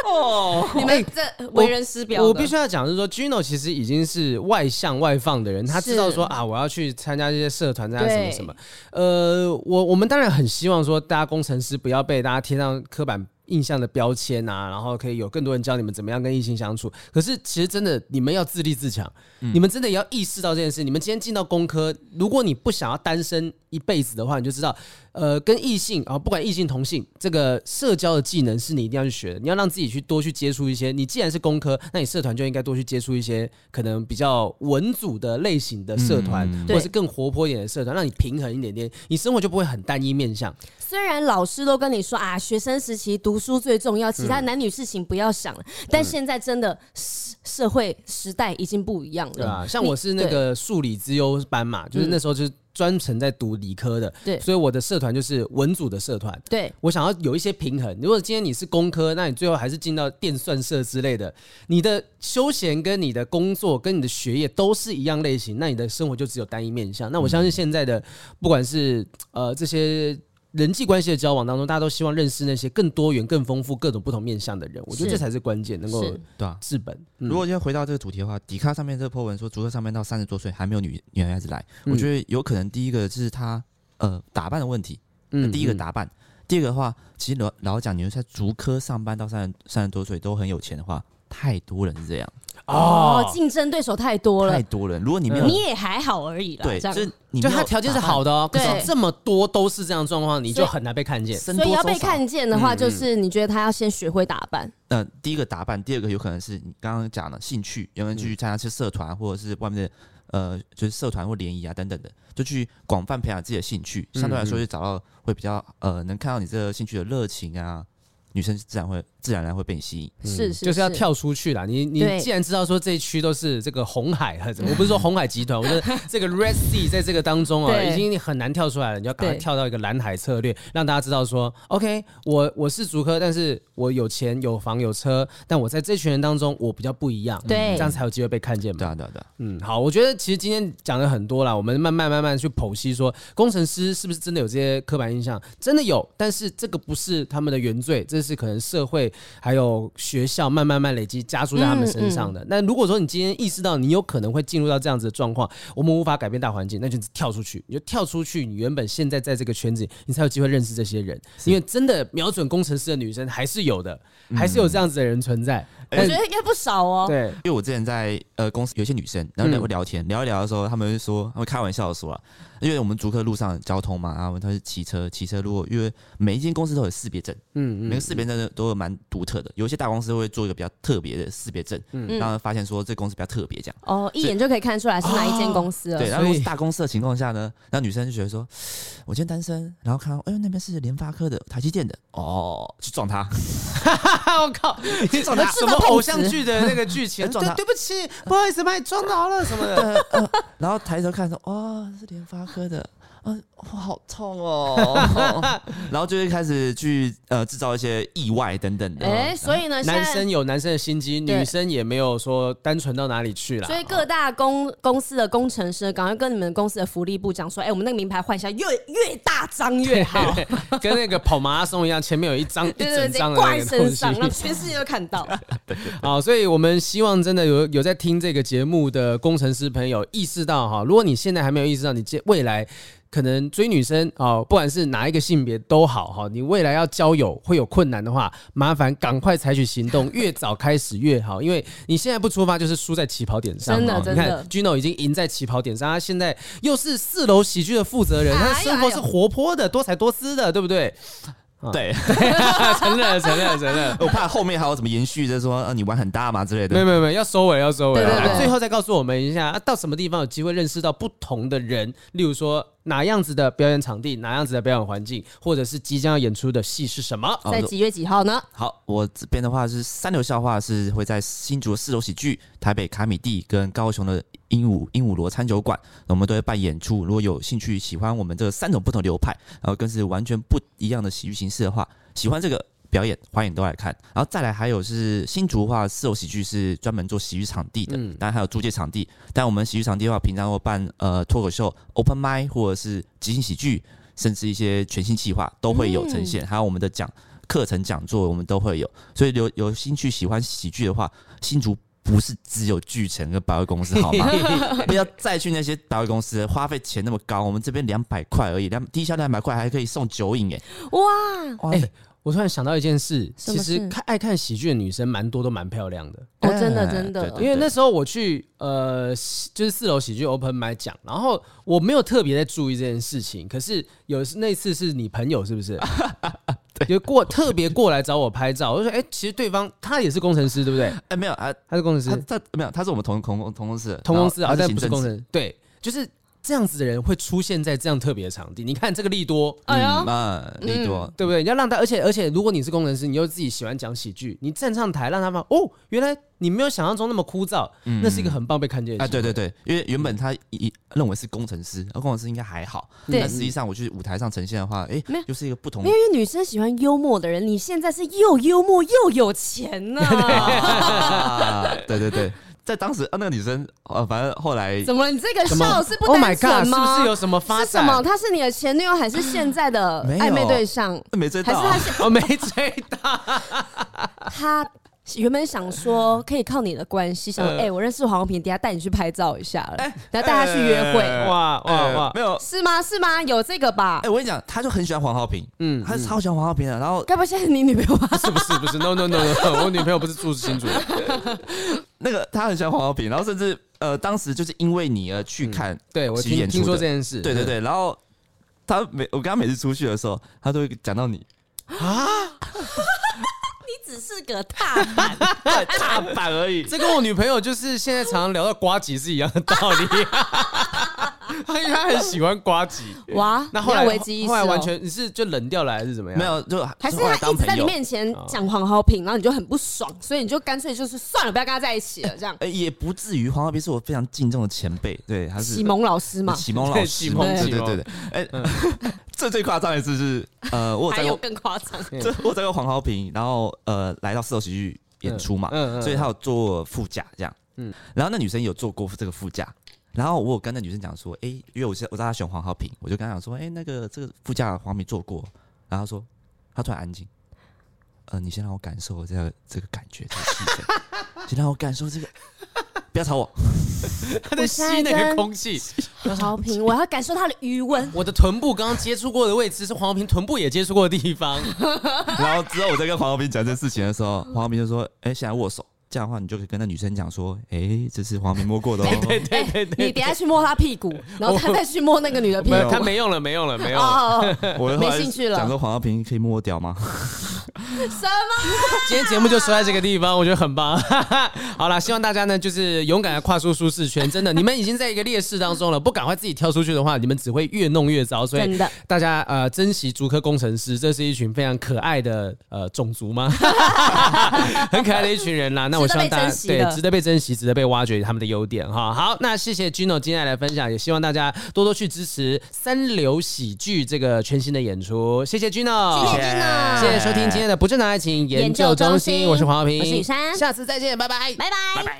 哦，你们这为人师表的我必须要讲，就是说，Gino 其实已经是外向外放的人，他知道说啊，我要去参加这些社团，参加什么什么。呃，我我们当然很希望说，大家工程师不要被大家贴上刻板印象的标签啊，然后可以有更多人教你们怎么样跟异性相处。可是其实真的，你们要自立自强，你们真的也要意识到这件事。你们今天进到工科，如果你不想要单身一辈子的话，你就知道，呃，跟异性啊，不管异性同性，这个社交的技能是你一定要去学的。你要让自己去多去接触一些。你既然是工科，那你社团就应该多去接触一些可能比较文组的类型的社团，或者是更活泼一点的社团，让你平衡一点点，你生活就不会很单一面向。虽然老师都跟你说啊，学生时期读书最重要，其他男女事情不要想了。嗯但现在真的社社会时代已经不一样了。对啊，你像我是那对个数理之优班嘛，就是那时候就是专程在读理科的，对所以我的社团就是文组的社团。对我想要有一些平衡。如果今天你是工科，那你最后还是进到电算社之类的，你的休闲跟你的工作跟你的学业都是一样类型，那你的生活就只有单一面向。那嗯我相信现在的不管是呃这些。人际关系的交往当中，大家都希望认识那些更多元、更丰富、各种不同面向的人。我觉得是这才是关键，能够是对啊。治本。嗯如果要回到这个主题的话，迪卡上面这个 po 文说，足球上面到三十多岁还没有女女孩子来，嗯我觉得有可能第一个是她呃打扮的问题，嗯第一个嗯打扮，第二个的话，其实老老实讲，你就在足科上班到三十三十多岁都很有钱的话，太多人是这样，啊哦，竞争对手太多了太，多人。如果你嗯没有、你也还好而已啦。对，这就样是你就没有他条件是好的哦，可打扮是这么多都是这样的状况，你所就以很难被看见。打扮，所以要被僧多粥少看见的话，嗯嗯就是你觉得他要先学会打扮，呃，第一个打扮，第二个有可能是你刚刚讲的兴趣，有嗯人去参加一些社团或者是外面的呃，就是社团或联谊啊等等的，就去广泛培养自己的兴趣，嗯相对来说就找到会比较呃，能看到你这个兴趣的热情啊，女生自然会自然而然会被你吸引。是是嗯就是要跳出去啦！你你对既然知道说这一区都是这个红海， *laughs* 我不是说红海集团，我说这个 Red Sea 在这个当中啊，对已经很难跳出来了，你要赶快对跳到一个蓝海策略，让大家知道说，OK，我我是竹科，但是我有钱有房有车，但我在这群人当中我比较不一样，对这样才有机会被看见嘛对。啊，对啊，对啊，嗯，好，我觉得其实今天讲了很多啦，我们慢慢慢慢去剖析说，工程师是不是真的有这些刻板印象？真的有，但是这个不是他们的原罪，这是可能社会还有学校慢慢慢累积加注在他们身上的。那如果说你今天意识到你有可能会进入到这样子的状况，我们无法改变大环境，那就跳出去，你就跳出去，你原本现在在这个圈子，你才有机会认识这些人，因为真的瞄准工程师的女生还是有的，还是有这样子的人存在。我但觉得应该不少哦。对，因为我之前在呃公司有一些女生，然后聊嗯聊天、聊一聊的时候，他们就说，他们开玩笑的说啊，因为我们竹科路上的交通嘛，然后他是骑车，骑车如果因为每一间公司都有识别证，嗯每个识别证都有蛮独特的，有一些大公司会做一个比较特别的识别证，嗯让人发现说这公司比较特别这样。哦，一眼就可以看出来是哪哦一间公司了。哎对，然所后以大公司的情况下呢，那女生就觉得说，我今天单身，然后看到哎呦那边是联发科的、台积电的，哦，去撞他，啊！ *laughs* 我靠，你找的知什道么碰偶瓷像剧的那个剧 *laughs* 情？哎撞对，他对不起，不好意思，把你撞到了什么 *laughs* 的。 *laughs* 然后抬头看说，哦，是联发科的。嗯、哇，好痛哦！然后就会开始去呃制造一些意外等等的。哎，所以呢，现男在生有男生的心 *laughs* 机，对女生也没有说单纯到哪里去啦。哦所以各大公公司的工程师，赶快跟你们公司的福利部讲说，哎、我们那个名牌换一下，越越大张越 *laughs* 好，跟那个跑马拉松一样，前面有一 *laughs* 张一对对对，整直接张的挂那在个东身西。上，让全世界都看 *laughs* 到。好，所以我们希望真的有有在听这个节目的工程师朋友意识到哈，如果你现在还没有意识到，你接未来。可能追女生哦，不管是哪一个性别都好哈，你未来要交友会有困难的话，麻烦赶快采取行动，越早开始越好，因为你现在不出发就是输在起跑点上。真的哦真你的看 Gino 已经赢在起跑点上，他现在又是四楼喜剧的负责人，他哎呦生活哎呦是活泼的、多才多姿的，对不对？啊 *laughs* 对，承认了，承认了，承认了。哎我怕后面还有什么延续，就是说、呃、你玩很大嘛之类没有嗯的。没有没有，要收尾要收尾了，对对对最后再告诉我们一下、啊，到什么地方有机会认识到不同的人，例如说哪样子的表演场地，哪样子的表演环境，或者是即将要演出的戏是什么。好在几月几号呢？好，我这边的话是三流笑话是会在新竹的四楼喜剧、台北卡米蒂跟高雄的鹦鹉鹦鹉螺餐酒馆，我们都会办演出。如果有兴趣喜欢我们这三种不同流派，然后更是完全不一样的喜剧形式的话，喜欢这个。表演花眼都来看。然后再来还有是新竹的话，四楼喜剧是专门做喜剧场地的，嗯当然还有租借场地。但我们喜剧场地的话，平常会办呃脱口秀、open mic 或者是即兴喜剧，甚至一些全新计划都会有呈现，还有我们的讲课程讲座我们都会有。所以有有兴趣喜欢喜剧的话，新竹。不是只有巨城跟百货公司好吗？ *laughs* 不要再去那些百货公司，花费钱那么高。我们这边两百块而已，两低消两百块还可以送酒饮哎、哇，哇、哎、我突然想到一件事，什其么事实看爱看喜剧的女生蛮多，都蛮漂亮的。哦，真的真对的对，因为那时候我去呃，就是四楼喜剧 open m i 讲，然后我没有特别在注意这件事情，可是有那次是你朋友是不 *laughs* 是？有过特别过来找我拍照，我就说，哎、其实对方他也是工程师，对不对？哎、没有啊，他是工程他师，他没有，他是我们同同同公司的，同公司然啊，后他但不是行工政程职师，对，就是这样子的人会出现在这样特别的场地。你看这个利多，哎呦嗯，啊，利多，对不对？你要让他，而且而且，如果你是工程师，你又自己喜欢讲喜剧，你站上台让他们哦，原来你没有想象中那么枯燥，那是一个很棒被看见的嗯啊，对机会对，对，因为原本他一认为是工程师，啊而工程师应该还好，嗯对但实际上我去舞台上呈现的话，哎没有，又是一个不同没有，因为女生喜欢幽默的人，你现在是又幽默又有钱 *laughs* 呢、啊，对对对，在当时啊，那个女生，呃，反正后来怎么了？你这个怎么笑是不 Oh my 单纯 God，是吗？不是有什么发是什么？展？他是你的前女友还是现在的没有暧昧对象？没追还是到他啊，是我哦没追 *laughs* 到，他原本想说可以靠你的关系，想说哎、我认识黄平，等一下带你去拍照一下了，然后带他去约会，哎哇哇呃哇！没有，是吗？是吗？有这个吧哎，？我跟你讲，他就很喜欢黄浩平，嗯嗯，他超喜欢黄浩平的，然后该不会现在是你女朋友吧？是不是不是？No No No No，我女朋友不是住新竹，那个他很喜欢黄浩平，然后甚至呃，当时就是因为你而去看嗯对我喜剧听演听出说的这。件事，嗯对对对，然后他每我跟他每次出去的时候，他都会讲到你，你只是个 *laughs* 踏板，踏板而已。这跟我女朋友就是现在常常聊到瓜吉是一样的道理，因为她 *laughs* 很喜欢瓜吉。哇！那后你来有危机意识、后哦，来完全你是就冷掉了还是怎么样？没，有，就还是后来他当一直在朋你友，面前讲黄好品，然后你就很不爽，所以你就干脆就是算了，不要跟他在一起了，这样。呃，也不至于。黄浩斌是我非常敬重的前辈，对，他是启蒙老师嘛，启蒙老对师，启蒙对启对蒙嗯对对。哎，这 *laughs* 最夸张的一次是，呃，我有还在有过，更夸张，这我有在过黄浩平，然后呃，来到四楼喜剧演出嘛，嗯嗯嗯所以他有做副驾这样，嗯，然后那女生有做过这个副驾。然后我有跟那女生讲说，哎、因为我是我知道她喜欢黄浩平，我就跟她讲说，哎、那个这个副驾黄浩平做过，然后她说，她突然安静，呃，你先让我感受这个这个感觉，这个气氛，先让我感受这个，不要吵我，她在吸那个空气。好评，我要感受他的余 *laughs* 温。我的臀部刚刚接触过的位置是黄平臀部也接触过的地方， *laughs* 然后之后我在跟黄浩斌讲这事情的时候，黄浩斌就说：“哎、现在握手，这样的话你就可以跟那女生讲说，哎、这是黄浩斌摸过的哦。对对哎对，你等下去摸他屁股，然后他再去摸那个女的屁没有，他股。没用了，没用了，没用了。哦，我的话没兴趣了讲说黄浩平可以摸我屌吗？什么？今天节目就说在这个地方，我觉得很棒。 *laughs* 好啦，希望大家呢就是勇敢的跨出舒适圈，真的，你们已经在一个劣势当中了，不赶快自己跳出去的话，你们只会越弄越糟。所以真的大家呃珍惜竹科工程师，这是一群非常可爱的呃种 *laughs* 族吗？很可爱的一群人啦。那我希望大家值得被珍惜对的值得被珍惜，值得被挖掘他们的优点哈。好，那谢谢 Gino 今天来分享，也希望大家多多去支持三流喜剧这个全新的演出。谢谢 Gino，谢谢 Gino 谢谢收听今天的不正常爱情研究中心，我是黄浩平，我是雨珊下次再见，拜拜。拜拜。拜。